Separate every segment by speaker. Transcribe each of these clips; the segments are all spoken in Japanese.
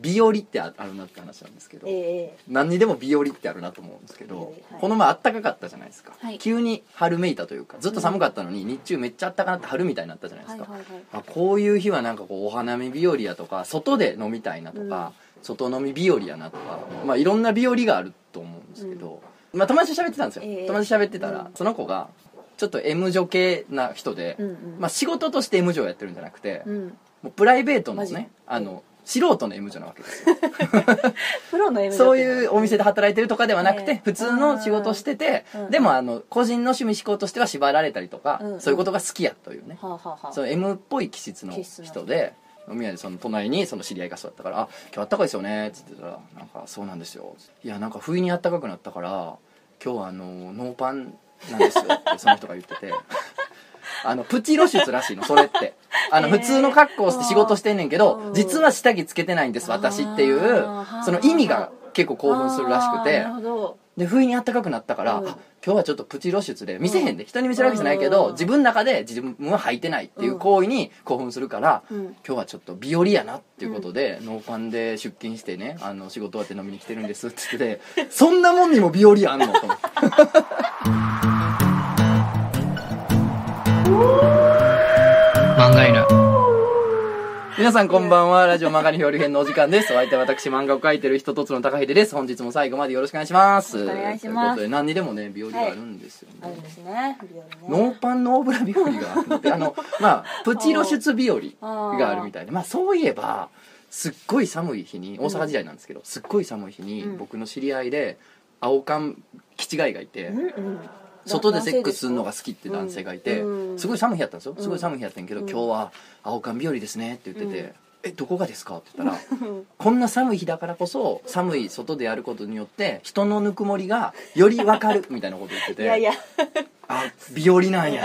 Speaker 1: 日和ってあるなって話なんですけど、
Speaker 2: え
Speaker 1: 何にでも日和ってあるなと思うんですけど、
Speaker 2: はい
Speaker 1: この前あったかかったじゃないですか、
Speaker 3: はい
Speaker 1: 急に春めいたというかずっと寒かったのに日中めっちゃあったかなって春みたいになったじゃないで
Speaker 3: は
Speaker 1: す
Speaker 3: い
Speaker 1: か、
Speaker 3: はいはい
Speaker 1: あこういう日はなんかこうお花見日和やとか外で飲みたいなとか、外飲み日和やなとか、まあ、いろんな日和があると思うんですけど、まあ、友達と喋ってたんですよ、
Speaker 2: ええ
Speaker 1: 友達と喋ってたら、その子がちょっと M 女系な人で、
Speaker 2: うんうん
Speaker 1: まあ、仕事として M 女をやってるんじゃなくて、
Speaker 2: えうん
Speaker 1: もうプライベートの
Speaker 2: マジ
Speaker 1: ねあの素人の M 女なわけですよ
Speaker 2: プロの M
Speaker 1: そういうお店
Speaker 2: で
Speaker 1: で働いてるとかではなくて、
Speaker 2: ええ
Speaker 1: 普通の仕事してて、
Speaker 2: うん
Speaker 1: でもあの個人の趣味思考としては縛られたりとか、
Speaker 2: うん
Speaker 1: そういうことが好きやというね、
Speaker 2: はあ、はあはあ、
Speaker 1: その M っぽい気質の
Speaker 2: 気質の
Speaker 1: 人で飲み屋でその隣にその知り合いが座ったから「あ今日あったかいですよね」っつってたら「なんかそうなんですよ」いやなんか不意にあったかくなったから今日はあのノーパンなんですよ」ってその人が言って てあのプチ露出らしいのそれってあの
Speaker 2: へー
Speaker 1: 普通の格好をして仕事してんねんけ
Speaker 2: う
Speaker 1: ど
Speaker 2: ん
Speaker 1: 実は下着つけてないんです私っていう
Speaker 2: あー
Speaker 1: その意味が結構興奮するらしくて
Speaker 2: あーなるほど
Speaker 1: で不意にあったかくなったから、
Speaker 2: うん
Speaker 1: あ今日はちょっとプチ露出で見せへんで、人に見せるわけじゃないけ
Speaker 2: う
Speaker 1: ど
Speaker 2: ん
Speaker 1: 自分の中で自分は履いてないっていう行為に興奮するから、
Speaker 2: うん
Speaker 1: 今日はちょっと日和やなっていうことで、ノーパンで出勤してねあの仕事終わって飲みに来てるんですって言っててそんなもんにも日和あんのと思って
Speaker 4: 漫画犬
Speaker 1: 皆さんこんばんはラジオ漫画に表裏編のお時間ですお相手は私漫画を描いてる人とつの高秀です本日も最後までよろしくお願いします
Speaker 2: お願いします
Speaker 1: ということで何にでもね日和があるんですよね、
Speaker 2: あるんですね美容にね
Speaker 1: ノーパンノーブラ日和があるのであのまあプチ露出日和があるみたいでまあそういえばすっごい寒い日に大阪時代なんですけど、すっごい寒い日に
Speaker 2: うん
Speaker 1: 僕の知り合いで青缶気違いがいて、
Speaker 2: うんうん
Speaker 1: 外でセックスするのが好きって男性がいて、
Speaker 2: うんうん
Speaker 1: すごい寒い日やったんですよ、
Speaker 2: ん
Speaker 1: すごい寒い日やったんやけど、
Speaker 2: うん
Speaker 1: 今日は青缶日和ですねって言ってて、
Speaker 2: うん
Speaker 1: えどこがですかって言ったら
Speaker 2: うん
Speaker 1: こんな寒い日だからこそ寒い外でやることによって人のぬくもりがより分かるみたいなこと言って
Speaker 2: い
Speaker 1: て
Speaker 2: やいや
Speaker 1: あ日和なん や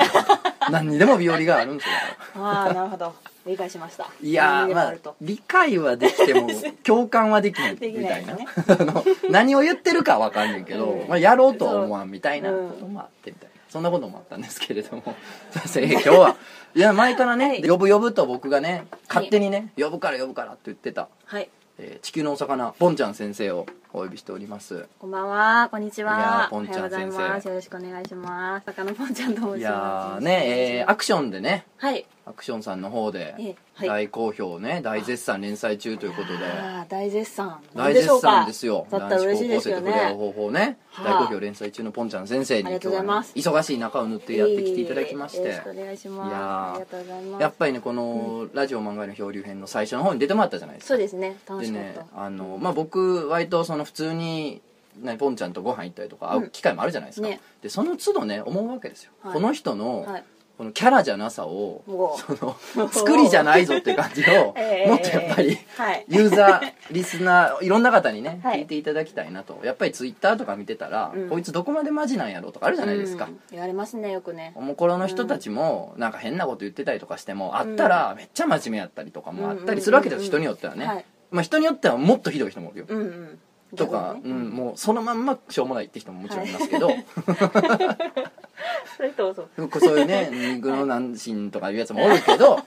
Speaker 1: 何にでも日和があるんですよ
Speaker 2: ああなるほど理解しました
Speaker 1: いやー
Speaker 2: 何でも
Speaker 1: ま
Speaker 2: あ
Speaker 1: あ
Speaker 2: ると
Speaker 1: 理解はできて も共感はできない
Speaker 2: でき
Speaker 1: み
Speaker 2: な
Speaker 1: た
Speaker 2: い
Speaker 1: い
Speaker 2: です
Speaker 1: な
Speaker 2: ね
Speaker 1: あの何を言ってるかわかんないけど、
Speaker 2: うん
Speaker 1: まあ、やろうとは思わんみたいな
Speaker 2: そう
Speaker 1: こともあってみたいな、そんなこともあったんですけれども すいませんえ今日はいや前からね、呼ぶ呼ぶと僕がね勝手にね、呼ぶから呼ぶからって言ってた、
Speaker 2: はい
Speaker 1: えー地球のお魚ポンちゃん先生をお呼びしております
Speaker 3: こんばんはこんにち
Speaker 1: いや
Speaker 3: は
Speaker 1: ーポンちゃん
Speaker 3: おはようございますよろしくお願いします坂野ポンちゃんと申します
Speaker 1: いやーね、えーアクションでね
Speaker 2: はい
Speaker 1: アクションさんの方で
Speaker 2: ええはい
Speaker 1: 大好評ね、大絶賛連載中ということで
Speaker 2: あー大絶賛
Speaker 1: 大絶賛です
Speaker 2: どう
Speaker 1: よ
Speaker 2: しょうかだったら嬉しいですよ
Speaker 1: 男子高校生と触れ合う
Speaker 2: ね
Speaker 1: 方法ね、
Speaker 2: はい
Speaker 1: 大好評連載中のポンちゃん先生に
Speaker 2: あ
Speaker 1: 今
Speaker 2: りが
Speaker 1: 日
Speaker 2: とうござ
Speaker 1: はいね
Speaker 2: ます
Speaker 1: 忙しい中を縫ってやってきていただきまして、
Speaker 3: えーよろしくお願いします
Speaker 1: いやー
Speaker 3: ありがとうございます
Speaker 1: やっぱりねこのラジオ漫画の漂流編の最初の方に出てもらったじゃないです
Speaker 3: そう
Speaker 1: か
Speaker 3: ですね楽
Speaker 1: で
Speaker 3: しかっ
Speaker 1: ね
Speaker 3: た、
Speaker 1: あのまあ僕割とその普通にねポンちゃんとご飯行ったりとか会う機会もあるじゃないですか、
Speaker 2: ね
Speaker 1: でその都度ね思うわけですよ、
Speaker 2: はい
Speaker 1: この人の、
Speaker 2: はい
Speaker 1: このキャラじゃなさを
Speaker 2: おう
Speaker 1: その作りじゃないぞっていう感じを
Speaker 2: ええ
Speaker 1: もっとやっぱり
Speaker 2: はい
Speaker 1: ユーザーリスナーいろんな方にね、
Speaker 2: はい
Speaker 1: 聞いていただきたいなとやっぱりツイッターとか見てたら、
Speaker 2: うん
Speaker 1: こいつどこまでマジなんやろうとかあるじゃないですか、
Speaker 2: うん言われますねよくね
Speaker 1: おもころの人たちもなんか変なこと言ってたりとかしても、あったらめっちゃ真面目やったりとかもあったりするわけですよ、
Speaker 2: うんうんうん
Speaker 1: 人によってはね、
Speaker 2: はい
Speaker 1: まあ、人によってはもっとひどい人もいるよ、
Speaker 2: うんうん
Speaker 1: とか、
Speaker 2: 逆
Speaker 1: う
Speaker 2: にね
Speaker 1: ん、もうそのまんましょうもないって人ももちろんいますけど、
Speaker 2: それとそう
Speaker 1: そういうね肉の軟心とかいうやつもおるけど、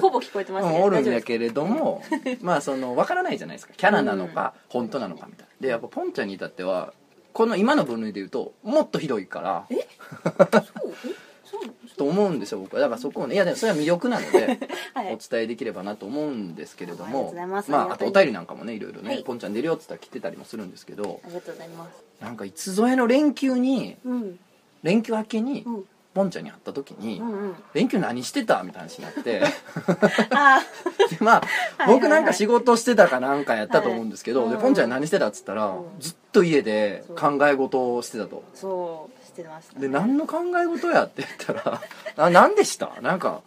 Speaker 2: ほぼ聞こえてますね
Speaker 1: おるん
Speaker 2: 大丈夫で
Speaker 1: や
Speaker 2: す
Speaker 1: けれど もまあその分からないじゃないですかキャラなのか本当なのかみたいなでやっぱポンちゃんに至ってはこの今の分類で言うともっとひどいから
Speaker 2: そうえそう
Speaker 1: と思うんですよ僕はだからそこをねいやでもそれは魅力なので
Speaker 2: はい
Speaker 1: お伝えできればなと思うんですけれど
Speaker 2: ありがとう
Speaker 1: も
Speaker 2: ございます
Speaker 1: ま
Speaker 2: あり
Speaker 1: ああ
Speaker 2: がた
Speaker 1: と
Speaker 2: い
Speaker 1: お便りなんかもねいろいろね、
Speaker 2: はい
Speaker 1: ポンちゃん出るよって言ったら来てたりもするんですけど
Speaker 2: ありがとうございます
Speaker 1: なんかいつぞやの連休に
Speaker 2: うん
Speaker 1: 連休明けに
Speaker 2: うん
Speaker 1: ポンちゃんに会った時に、
Speaker 2: うんうん
Speaker 1: 連休何してたみたいな話にな って。
Speaker 2: あ
Speaker 1: でまあ
Speaker 2: はいはい
Speaker 1: 僕なんか仕事してたかなんかやったと思うんですけど、
Speaker 2: はい
Speaker 1: でポンちゃん何してたっつったら、
Speaker 2: うん
Speaker 1: ずっと家で
Speaker 2: そう
Speaker 1: 考え事をしてたと
Speaker 2: ーそうしてましたね
Speaker 1: で何の考え事やって言ったら 「あ何でした?」なんか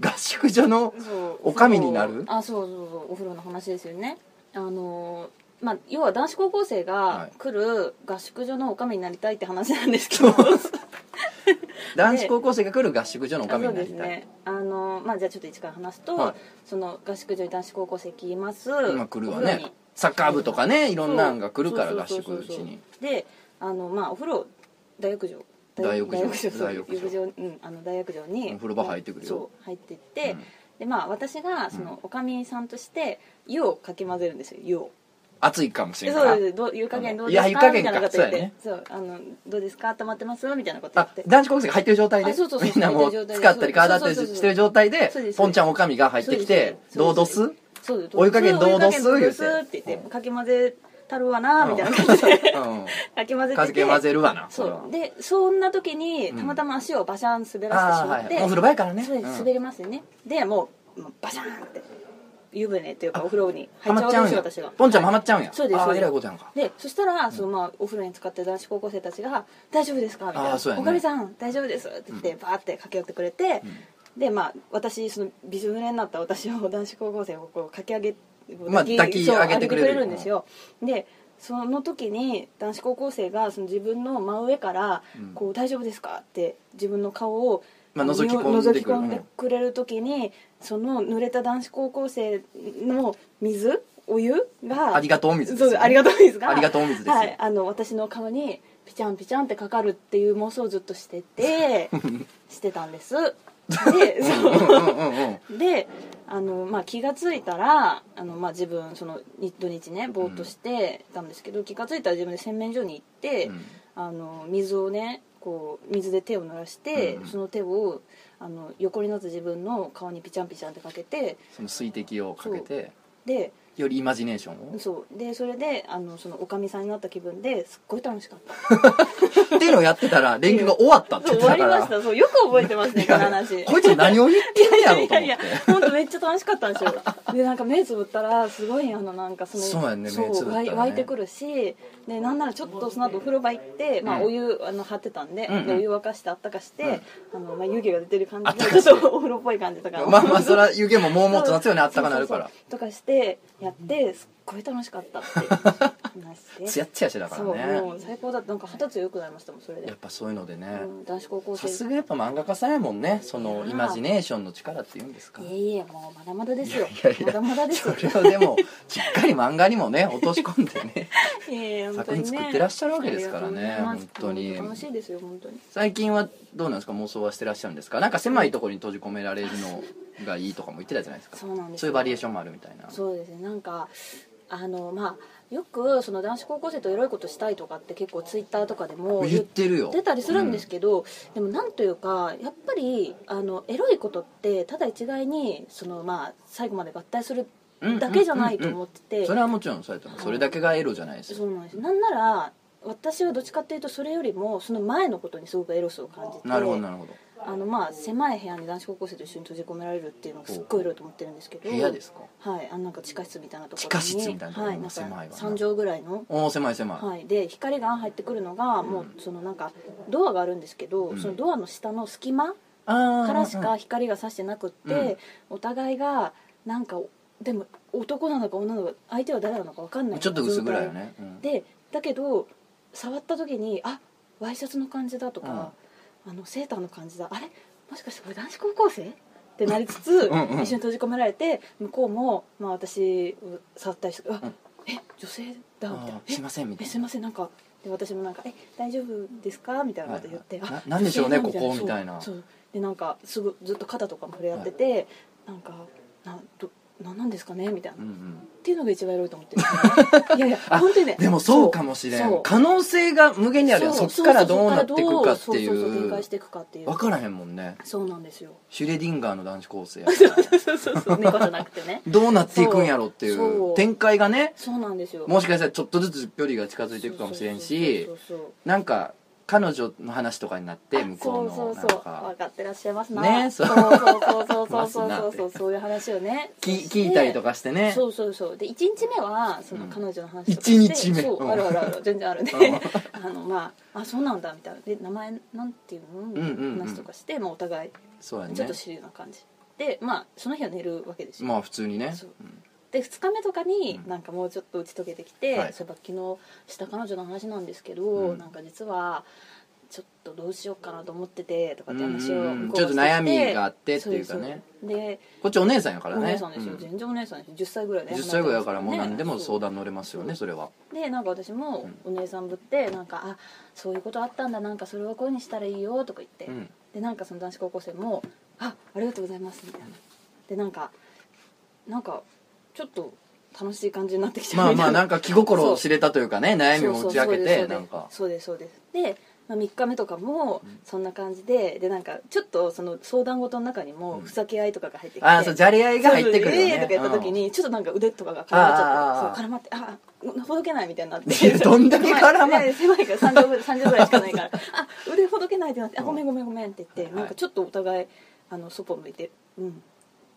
Speaker 1: 合宿所の
Speaker 2: そう
Speaker 1: お上になる
Speaker 2: そうあそうそうそうお風呂の話ですよねあのーまあ要は男子高校生
Speaker 1: は
Speaker 2: が
Speaker 1: い
Speaker 2: 来る合宿所のお上になりたいって話なんで すけど、
Speaker 1: 男子高校生が来る合宿所のおか
Speaker 2: あ
Speaker 1: み
Speaker 2: そう
Speaker 1: にな
Speaker 2: で
Speaker 1: り
Speaker 2: す
Speaker 1: たい、
Speaker 2: ねあのまあじゃあちょっと一から話すと、
Speaker 1: はい
Speaker 2: その合宿所に男子高校生来ます
Speaker 1: まあ来るわ
Speaker 2: お風呂
Speaker 1: ね
Speaker 2: に
Speaker 1: サッカー部とかねいろんなんが来るから
Speaker 2: そう
Speaker 1: 合宿うち
Speaker 2: そうそう
Speaker 1: に
Speaker 2: そうであのまあお風呂大浴場
Speaker 1: 大浴場
Speaker 2: 大浴場そう
Speaker 1: 大浴場
Speaker 2: 浴場うんあの大浴場に
Speaker 1: お風呂場入ってくるよ
Speaker 2: そう入ってって、でまあ私がそのおかみさんとして湯をかき混ぜるんですよ湯を
Speaker 1: 暑いかもしれ
Speaker 2: で
Speaker 1: んか
Speaker 2: そ
Speaker 1: ら
Speaker 2: うですどう湯加減どう
Speaker 1: い
Speaker 2: で
Speaker 1: や
Speaker 2: すか
Speaker 1: 湯加減
Speaker 2: みたいなこと言って
Speaker 1: か
Speaker 2: そうあのどうですか温まってますみたいなこと言
Speaker 1: あ
Speaker 2: って
Speaker 1: 男子高校生が入ってる状態で
Speaker 2: あそうそうそう
Speaker 1: みんなも
Speaker 2: 入ってる状
Speaker 1: う
Speaker 2: 態で
Speaker 1: 使ったり体当た
Speaker 2: そうそ
Speaker 1: り
Speaker 2: うそうそう
Speaker 1: してる状態で
Speaker 2: そうです
Speaker 1: ポンちゃんおかみが入ってきて「
Speaker 2: そ
Speaker 1: どう
Speaker 2: うで
Speaker 1: ど
Speaker 2: すそう
Speaker 1: す?
Speaker 2: そうです
Speaker 1: お湯加減どうどす
Speaker 2: お湯加減どうどす
Speaker 1: 言うて
Speaker 2: って言ってかき混ぜたるわなみたいな感じで」
Speaker 1: う
Speaker 2: かき混
Speaker 1: ん「
Speaker 2: ぜてて
Speaker 1: かけ混ぜるわな」そ
Speaker 2: そ
Speaker 1: れは
Speaker 2: うでそんな時にたまたま足をバシャン滑らせてしま
Speaker 1: あ
Speaker 2: っ
Speaker 1: ー
Speaker 2: て、
Speaker 1: はいお風呂場やからね
Speaker 2: そうです
Speaker 1: うん
Speaker 2: 滑りますよね、でもうもうバシャーンって湯船というか
Speaker 1: あ
Speaker 2: お風呂に
Speaker 1: ハ
Speaker 2: 入っち
Speaker 1: マ
Speaker 2: ゃ
Speaker 1: っ
Speaker 2: う
Speaker 1: ちゃ
Speaker 2: ん
Speaker 1: う
Speaker 2: で
Speaker 1: ん
Speaker 2: すよ
Speaker 1: や
Speaker 2: 私が
Speaker 1: ポンちゃんもハマっちゃうんや
Speaker 2: そうです
Speaker 1: あ
Speaker 2: そう
Speaker 1: あ
Speaker 2: です
Speaker 1: 偉いことやんか
Speaker 2: でそしたら、そのまあ、お風呂に使ってる男子高校生たちが「大丈夫ですか?」みたいな
Speaker 1: あーそうやね
Speaker 2: おかみさん大丈夫です」って言って、バーって駆け寄ってくれて、でまあ私そのびしょ濡れになった私を男子高校生をこうかき上げ
Speaker 1: まあ抱き上げてくれる
Speaker 2: そう上げんですよ、でその時に男子高校生がその自分の真上から
Speaker 1: うん
Speaker 2: 「こう大丈夫ですか?」って自分の顔を、
Speaker 1: まあ
Speaker 2: の
Speaker 1: 覗き込んでくる
Speaker 2: 覗き込んでくれる時にその濡れた男子高校生の水お湯が
Speaker 1: ありがとう水です
Speaker 2: そ
Speaker 1: よ
Speaker 2: う
Speaker 1: ね
Speaker 2: ありがとう水が
Speaker 1: ありがとう水ですよ
Speaker 2: はい、あの私の顔にピチャンピチャンってかかるっていう妄想をずっとし ててしてたんですでそう
Speaker 1: うんうんうん
Speaker 2: であの、まあ、気が付いたらあの、まあ、自分その日土日ねぼーっとしてたんですけど、気が付いたら自分で洗面所に行って、
Speaker 1: うん
Speaker 2: あの水をねこう水で手を濡らして、
Speaker 1: うん
Speaker 2: その手をあの横になった自分の顔にピチャンピチャンってかけて
Speaker 1: その水滴をかけて
Speaker 2: で
Speaker 1: よりイマジネーションを
Speaker 2: そうでそれであのそのおかみさんになった気分ですっごい楽しかった
Speaker 1: っていうのをやってたら連休が終わったって
Speaker 2: そう
Speaker 1: 言っ
Speaker 2: 終
Speaker 1: て
Speaker 2: わ
Speaker 1: たか
Speaker 2: りま
Speaker 1: ら
Speaker 2: したそうよく覚えてますねこの話
Speaker 1: いやこいつ何を言ってんやろうと思って
Speaker 2: 本当めっちゃ楽しかったんで すよでなんか目つぶったらすごいあのなんかその
Speaker 1: そうやんね
Speaker 2: そう
Speaker 1: 目つぶったらね
Speaker 2: 湧い湧いてくるしでなんならちょっとその後お風呂場行って、ま
Speaker 1: う
Speaker 2: あ、
Speaker 1: ん
Speaker 2: お湯あの張ってたんで,、
Speaker 1: うんうん
Speaker 2: でお湯沸かしてあったかして、あのまあ、湯気が出てる感じ
Speaker 1: あった
Speaker 2: で
Speaker 1: か
Speaker 2: ち
Speaker 1: して
Speaker 2: ょっとお風呂っぽい感じとか
Speaker 1: まあまあそれは湯気ももうもうと夏よねあったかなるから
Speaker 2: そうそうそうとかしてやってすっごい楽しかったって話 で
Speaker 1: ツヤッツヤしてたか
Speaker 2: そう
Speaker 1: ら
Speaker 2: も
Speaker 1: ね
Speaker 2: う最高だったなんか二十歳よくなりましたもんそれ
Speaker 1: や
Speaker 2: で
Speaker 1: っ、ぱそういうのでね
Speaker 2: うん、男子高校
Speaker 1: さ
Speaker 2: 生
Speaker 1: すがやっぱ漫画家さんやもんねそのイマジネーションの力っていうんですか
Speaker 2: いえいえもうまだまだですよ
Speaker 1: いやいや
Speaker 2: まだまだです
Speaker 1: そ
Speaker 2: よ
Speaker 1: れをでもしっかり漫画にもね落とし込んでね
Speaker 2: いやいや本当
Speaker 1: 作
Speaker 2: に
Speaker 1: 品
Speaker 2: ね
Speaker 1: 作ってらっしゃるわけですからね
Speaker 2: あり
Speaker 1: 本
Speaker 2: がとう
Speaker 1: 当
Speaker 2: ござい
Speaker 1: に
Speaker 2: ます楽しいですよ本当に
Speaker 1: 最近はどうなんですか妄想はしてらっしゃるんですかなんか狭いところに閉じ込められるのがいいとかも言ってたじゃないですか
Speaker 2: そうなんです
Speaker 1: そういうバリエーションもあるみたいな
Speaker 2: そうですねなんかあのまあよくその男子高校生とエロいことしたいとかって結構ツイッターとかでも
Speaker 1: 言ってるよ
Speaker 2: 出たりするんですけど、でもなんというかやっぱりあのエロいことってただ一概にそのまあ最後まで合体するだけじゃないと思ってて、
Speaker 1: うんそれはもちろんそうやと思うそれだけがエロじゃないですよ
Speaker 2: そうなんですなんなら私はどっちかっていうとそれよりもその前のことにすごくエロスを感じて
Speaker 1: なるほどなるほど
Speaker 2: あのまあ狭い部屋に男子高校生と一緒に閉じ込められるっていうのがすっごいエロいと思ってるんですけど
Speaker 1: 部屋ですか
Speaker 2: はいあのなんか地下室みたいなところに
Speaker 1: 地下室みたいなところ
Speaker 2: はい、なんか
Speaker 1: 狭いわな
Speaker 2: 3畳ぐらいの
Speaker 1: おお狭い狭い、
Speaker 2: はい、で光が入ってくるのがもうそのなんかドアがあるんですけど、
Speaker 1: うん
Speaker 2: そのドアの下の隙間
Speaker 1: あー
Speaker 2: からしか光が差してなくって、
Speaker 1: うん
Speaker 2: お互いがなんかでも男なのか女なのか相手は誰なのか分かん
Speaker 1: う
Speaker 2: なんい
Speaker 1: ちょっと薄暗いよね、うん
Speaker 2: でだけど触った時にあワイシャツの感じだとか、あのセーターの感じだあれもしかしてこれ男子高校生ってなりつつ
Speaker 1: うんうん
Speaker 2: 一緒に閉じ込められて向こうも、まあ、私を触ったりして「あ、
Speaker 1: ん
Speaker 2: え女性だ」みたいな
Speaker 1: あ
Speaker 2: 「
Speaker 1: ーすいませんみ
Speaker 2: え
Speaker 1: た
Speaker 2: え
Speaker 1: い
Speaker 2: すいませんなんか」で私もなんか「え大丈夫ですか?」みたいなこと言って「
Speaker 1: はいはい
Speaker 2: あ
Speaker 1: ななんでしょうね
Speaker 2: 女性だ
Speaker 1: ここみたいな
Speaker 2: そうそうでなんかすぐずっと肩とかも触れ合ってて、なんかなどなんなんですかねみたいな
Speaker 1: な、うんうん、
Speaker 2: っていうのが一番エロいと思ってるいやいや
Speaker 1: あ
Speaker 2: 本当にね
Speaker 1: でもそうかもしれ
Speaker 2: そ
Speaker 1: ん
Speaker 2: う
Speaker 1: 可能性が無限にあるよ
Speaker 2: そ
Speaker 1: そうっからどうなっていくかっ
Speaker 2: そう
Speaker 1: てい
Speaker 2: そうそう展
Speaker 1: う
Speaker 2: 開していくかっていう
Speaker 1: 分からへんもんね
Speaker 2: そうなんですよ
Speaker 1: シュレディンガーの男子高生や から
Speaker 2: そうそうそう猫じゃなくてね
Speaker 1: どうなっていくんやろってい
Speaker 2: そうそうう
Speaker 1: 展開がね
Speaker 2: そうなんですよ
Speaker 1: もしかしたらちょっとずつ距離が近づいていくかもしれんし
Speaker 2: そうそうそうそう
Speaker 1: なんか彼女の話とかになって向こう
Speaker 2: そ
Speaker 1: の
Speaker 2: う
Speaker 1: な
Speaker 2: そ
Speaker 1: ん
Speaker 2: うそう分
Speaker 1: か
Speaker 2: かってらっしゃいますな
Speaker 1: ねそ
Speaker 2: そううそうそうそうそう
Speaker 1: ます
Speaker 2: そう
Speaker 1: な
Speaker 2: そ
Speaker 1: っ
Speaker 2: う
Speaker 1: て
Speaker 2: そうそういう話をね
Speaker 1: き聞いたりと
Speaker 2: か
Speaker 1: かしてね
Speaker 2: そうそうそうで1日目はその
Speaker 1: うん
Speaker 2: 彼女の話とかして
Speaker 1: 一日目
Speaker 2: そう
Speaker 1: うん
Speaker 2: あるあるある全然あるね あのまああそうなんだみたいなで名前なんていうの、
Speaker 1: んうんうん
Speaker 2: 話とかして、まあ、お互い
Speaker 1: そうや
Speaker 2: ちょっ
Speaker 1: ね
Speaker 2: と知るような感じ、でまあその日は寝るわけですよ、
Speaker 1: まあ普通にね
Speaker 2: そうで2日目とかに
Speaker 1: うん
Speaker 2: なんかもうちょっと打ち解けてきて、
Speaker 1: はい
Speaker 2: そういえば昨日した彼女の話なんですけど、
Speaker 1: うん
Speaker 2: なんか実はちょっとどうしようかなと思っててとかって話を
Speaker 1: うんうんうん
Speaker 2: 向こう
Speaker 1: ちょ
Speaker 2: がしてきて
Speaker 1: っと悩みがあってっていうかね
Speaker 2: そうですで
Speaker 1: こっちお姉さんやから
Speaker 2: お
Speaker 1: ね
Speaker 2: 姉さんですよ、
Speaker 1: うん
Speaker 2: 全然お姉さんですよ10歳ぐらいね
Speaker 1: 10歳ぐらいだからもう
Speaker 2: ね
Speaker 1: 何でも相談乗れますよねそれは
Speaker 2: でなんか私もお姉さんぶってなんか「あそういうことあったんだなんかそれはこういうふうにしたらいいよ」とか言って、
Speaker 1: うん
Speaker 2: でなんかその男子高校生も「あありがとうございます」みたいなでなんかなんかちょっと楽しい感じになってきちゃう
Speaker 1: まあ まあなん
Speaker 2: か
Speaker 1: か気心を知れたというかね悩み
Speaker 2: そう
Speaker 1: も
Speaker 2: そう
Speaker 1: 打ち明けてなんか
Speaker 2: そうですそうですそうですで、まあ、3日目とかもそんな感じででなんかちょっとその相談事の中にもふざけ合いとかが入ってきて、
Speaker 1: ああそうじゃれ合いが入ってくるよ
Speaker 2: そうそうえー
Speaker 1: ね
Speaker 2: とか言った時
Speaker 1: うん
Speaker 2: に、ちょっとなんか腕とかが絡まっ
Speaker 1: あー
Speaker 2: ちゃ
Speaker 1: あーあー
Speaker 2: ってそう絡まってああほどけないみたいになっ
Speaker 1: い
Speaker 2: て
Speaker 1: やどんだけ絡まん
Speaker 2: ない狭いから30ぐらい30ぐらいしかな いからあ腕ほどけないってなってあごめんごめんごめんって言って、
Speaker 1: はい
Speaker 2: なんかちょっとお互いあのそっぽ向いてうん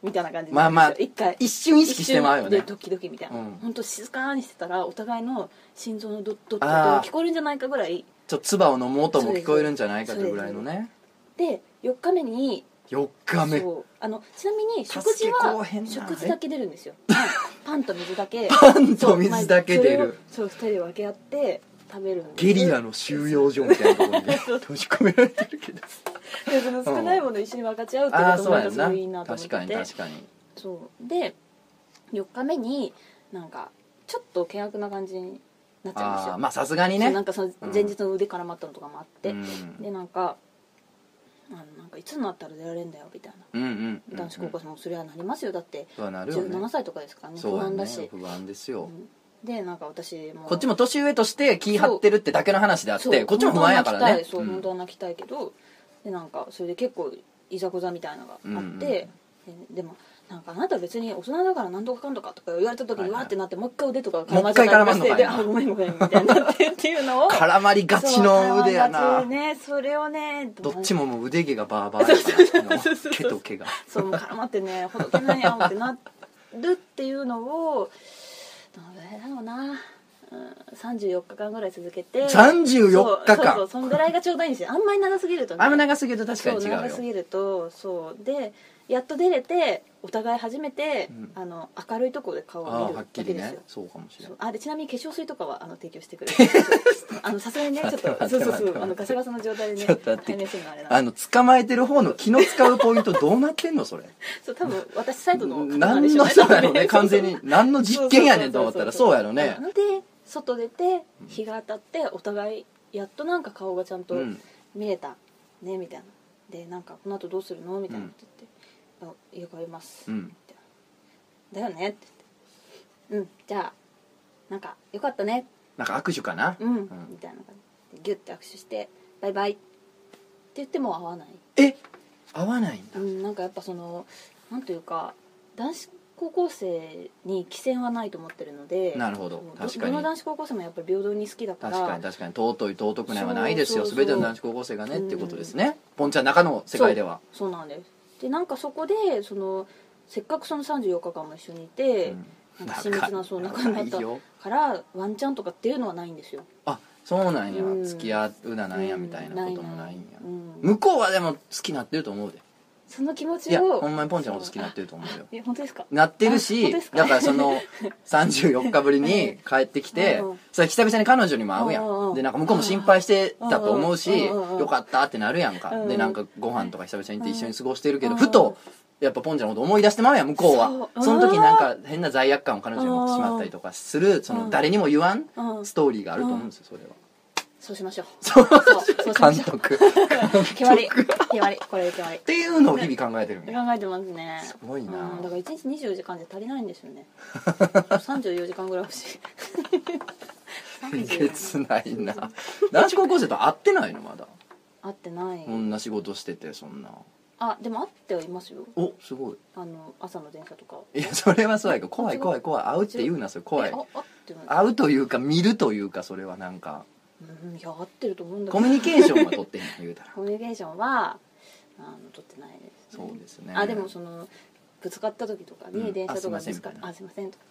Speaker 2: みたいな感じに
Speaker 1: まあまあ
Speaker 2: 一回
Speaker 1: 一瞬意識してまうよ
Speaker 2: 一
Speaker 1: ね
Speaker 2: 瞬でドキドキみたいな、
Speaker 1: うん
Speaker 2: ほんと静かにしてたらお互いの心臓のドッドッドッ
Speaker 1: あー
Speaker 2: ド聞こえるんじゃないかぐらい
Speaker 1: ちょっと唾を飲もうとも聞こえるんじゃないかというぐらいのね
Speaker 2: で4日目に
Speaker 1: 4日目
Speaker 2: そうあのちなみに食事
Speaker 1: 助けこう
Speaker 2: は
Speaker 1: へんな
Speaker 2: 食事だけ出るん ですよパンパンと水だけ
Speaker 1: パンと水だけ出る
Speaker 2: そうまあそれをそう2人で分け合って食べるんです
Speaker 1: ゲリラの収容所みたいなところにね閉じ込められてるけど
Speaker 2: でその少ないものを一緒に分かち合うって
Speaker 1: ああー
Speaker 2: こと
Speaker 1: そう
Speaker 2: もな
Speaker 1: や
Speaker 2: んか
Speaker 1: ん
Speaker 2: すごいいい
Speaker 1: な
Speaker 2: なと思っ
Speaker 1: 確
Speaker 2: て
Speaker 1: かに確かに
Speaker 2: そうで4日目になんかちょっと険悪な感じになっちゃうんです
Speaker 1: あ
Speaker 2: よ
Speaker 1: あまあさすがに
Speaker 2: そう
Speaker 1: ね
Speaker 2: なんかその前日の腕絡まったのとかもあって、
Speaker 1: うん
Speaker 2: でなんかあのなんかいつになったら出られんだよみたいな
Speaker 1: うんうんうん
Speaker 2: 男子高校生もそれはなりますよだって
Speaker 1: そうはなるよね
Speaker 2: 17歳とかですからね
Speaker 1: そう
Speaker 2: 不
Speaker 1: や
Speaker 2: 安
Speaker 1: ね
Speaker 2: だし、
Speaker 1: 不安ですよ
Speaker 2: うんでなんか私も
Speaker 1: こっちも年上として気張ってるってだけの話であっ
Speaker 2: そう
Speaker 1: てこっちも不安やからね
Speaker 2: そう本当は泣きたいそう本当は泣きたいけどでなんかそれで結構いざこざみたいなのがあって、
Speaker 1: うんうん
Speaker 2: ででもなんかあなた別に大人だから何とかかんとかとか言われた時
Speaker 1: は
Speaker 2: に
Speaker 1: いはい
Speaker 2: わーってなってもう一回腕とか
Speaker 1: もう一回絡まんのかいな
Speaker 2: で あごめんごめんみたいになってっていうのを
Speaker 1: 絡まりがちの腕や
Speaker 2: そう絡ま
Speaker 1: な
Speaker 2: りがちねそれをね
Speaker 1: どっ
Speaker 2: も
Speaker 1: ちももう腕毛がバーバーやからもう毛と毛が
Speaker 2: そうもう絡まってねほどけないやんってなるっていうのをどのぐらいだろうな、うん、34日間ぐらい続けて
Speaker 1: 34日
Speaker 2: そうそうそう
Speaker 1: 間
Speaker 2: そんぐらいがちょうどいいんですよあんまり長すぎるとね
Speaker 1: あんま長すぎると確かに違う
Speaker 2: そう長す
Speaker 1: よ
Speaker 2: ぎるとそうでやっと出れてお互い初めて、
Speaker 1: うん
Speaker 2: あの明るいところで顔
Speaker 1: ああ
Speaker 2: を見る
Speaker 1: は
Speaker 2: わ
Speaker 1: っき
Speaker 2: け
Speaker 1: り
Speaker 2: です
Speaker 1: ね
Speaker 2: よ
Speaker 1: そうかもしれ
Speaker 2: そ
Speaker 1: な
Speaker 2: う
Speaker 1: い
Speaker 2: あでちなみに化粧水とかはあの提供してくれる あのさすがにねちょっと
Speaker 1: 待
Speaker 2: そ
Speaker 1: っ
Speaker 2: う
Speaker 1: て
Speaker 2: そう
Speaker 1: 待って待って
Speaker 2: そうあのガサガサの状態でね
Speaker 1: ちょっと待って
Speaker 2: 対面するのあれなんで
Speaker 1: あの捕まえてる方の気の使うポイントどうなってんのそれ
Speaker 2: そう多分私サイドの方なんで
Speaker 1: 何
Speaker 2: しょう
Speaker 1: の
Speaker 2: ね
Speaker 1: そうやろね完全に何の実験やねんと思ったらそうやろね
Speaker 2: で外出て日が当たってお互いやっとなんか顔がちゃんと
Speaker 1: うん
Speaker 2: 見れたねみたいなでなんかこの後どうするのみたいなこと言って「あ家帰ります」
Speaker 1: う
Speaker 2: み
Speaker 1: ん
Speaker 2: たいな「だよね」って言って「うんじゃあなんかよかったね
Speaker 1: なんか握手かな
Speaker 2: うん」
Speaker 1: ん
Speaker 2: みたいな感じでギュッて握手して「バイバイ」って言っても会わない
Speaker 1: え合わないんだ
Speaker 2: うん、なんかやっぱそのなんというか男子高校生に規制はないと思ってるので
Speaker 1: なるほど
Speaker 2: もう
Speaker 1: 確か
Speaker 2: どの
Speaker 1: に
Speaker 2: 男子高校生もやっぱり平等に好きだから
Speaker 1: 確かに確かに尊い尊くないはないですよ
Speaker 2: そうそうそう
Speaker 1: 全ての男子高校生がねっていうことですねポンちゃん中の世界では
Speaker 2: そうなんですでなんかそこでそのせっかくその34日間も一緒にいて、
Speaker 1: うん
Speaker 2: なんか親密なそう仲になった
Speaker 1: いいよ
Speaker 2: からワンチャンとかっていうのはないんですよ
Speaker 1: あそうなんや
Speaker 2: うん
Speaker 1: 付き合うだなんやみたいなこともないんや
Speaker 2: うん
Speaker 1: 向こうはでも好きになってると思うで
Speaker 2: その気持
Speaker 1: い
Speaker 2: ち
Speaker 1: や
Speaker 2: を
Speaker 1: ほんまにポンちゃんのこと好きになってると思うよ
Speaker 2: え本当ですか
Speaker 1: なってる
Speaker 2: あ本
Speaker 1: し
Speaker 2: 当ですか
Speaker 1: だからそ の34日ぶりに帰ってきて
Speaker 2: うん
Speaker 1: それ久々に彼女にも会うや
Speaker 2: うんうんうんん
Speaker 1: でなんか向こうも心配してたと思うし
Speaker 2: うんうんうん
Speaker 1: よかったってなるやんか
Speaker 2: うん
Speaker 1: でなんかご飯とか久々に行って一緒に過ごしてるけ
Speaker 2: う
Speaker 1: ど
Speaker 2: ん
Speaker 1: ふとやっぱポンちゃんのこと思い出してまうやん向こうは
Speaker 2: そう
Speaker 1: その時なんか変な罪悪感を彼女に持ってしまったりとかするその誰にも言わん
Speaker 2: うん
Speaker 1: ストーリーがあると思うんですよそれは
Speaker 2: そうしましょう
Speaker 1: そう
Speaker 2: そうしまし
Speaker 1: 監
Speaker 2: ょう
Speaker 1: 督っ
Speaker 2: 決まり決まりこれで決まり
Speaker 1: ていうのを日々考えてるんや
Speaker 2: 考えてますね
Speaker 1: すごいな
Speaker 2: うんだから1日24時間じゃ足りないんですよ ね34時間ぐらい欲しい
Speaker 1: えげつないな男子高校生と会ってないのまだ
Speaker 2: 会ってない、
Speaker 1: こんな仕事しててそんな
Speaker 2: あでも会ってはいますよ
Speaker 1: おすごい
Speaker 2: あの朝の電車とか
Speaker 1: いやそれはそうやけど 怖い怖い怖い会うって言うなそれ怖い
Speaker 2: えあ会ってない
Speaker 1: 会うというか見るというかそれはなんか
Speaker 2: うんいや会ってると思うんだけ
Speaker 1: コ
Speaker 2: ど
Speaker 1: ミュニケーションは取ってへん言う たら
Speaker 2: コミュニケーションはあの取ってないです、
Speaker 1: そうですね
Speaker 2: あ でもそのぶつかった時とか
Speaker 1: うん
Speaker 2: に電車とか
Speaker 1: あすいません
Speaker 2: ぶつかっ
Speaker 1: みたいな
Speaker 2: あすいませんとか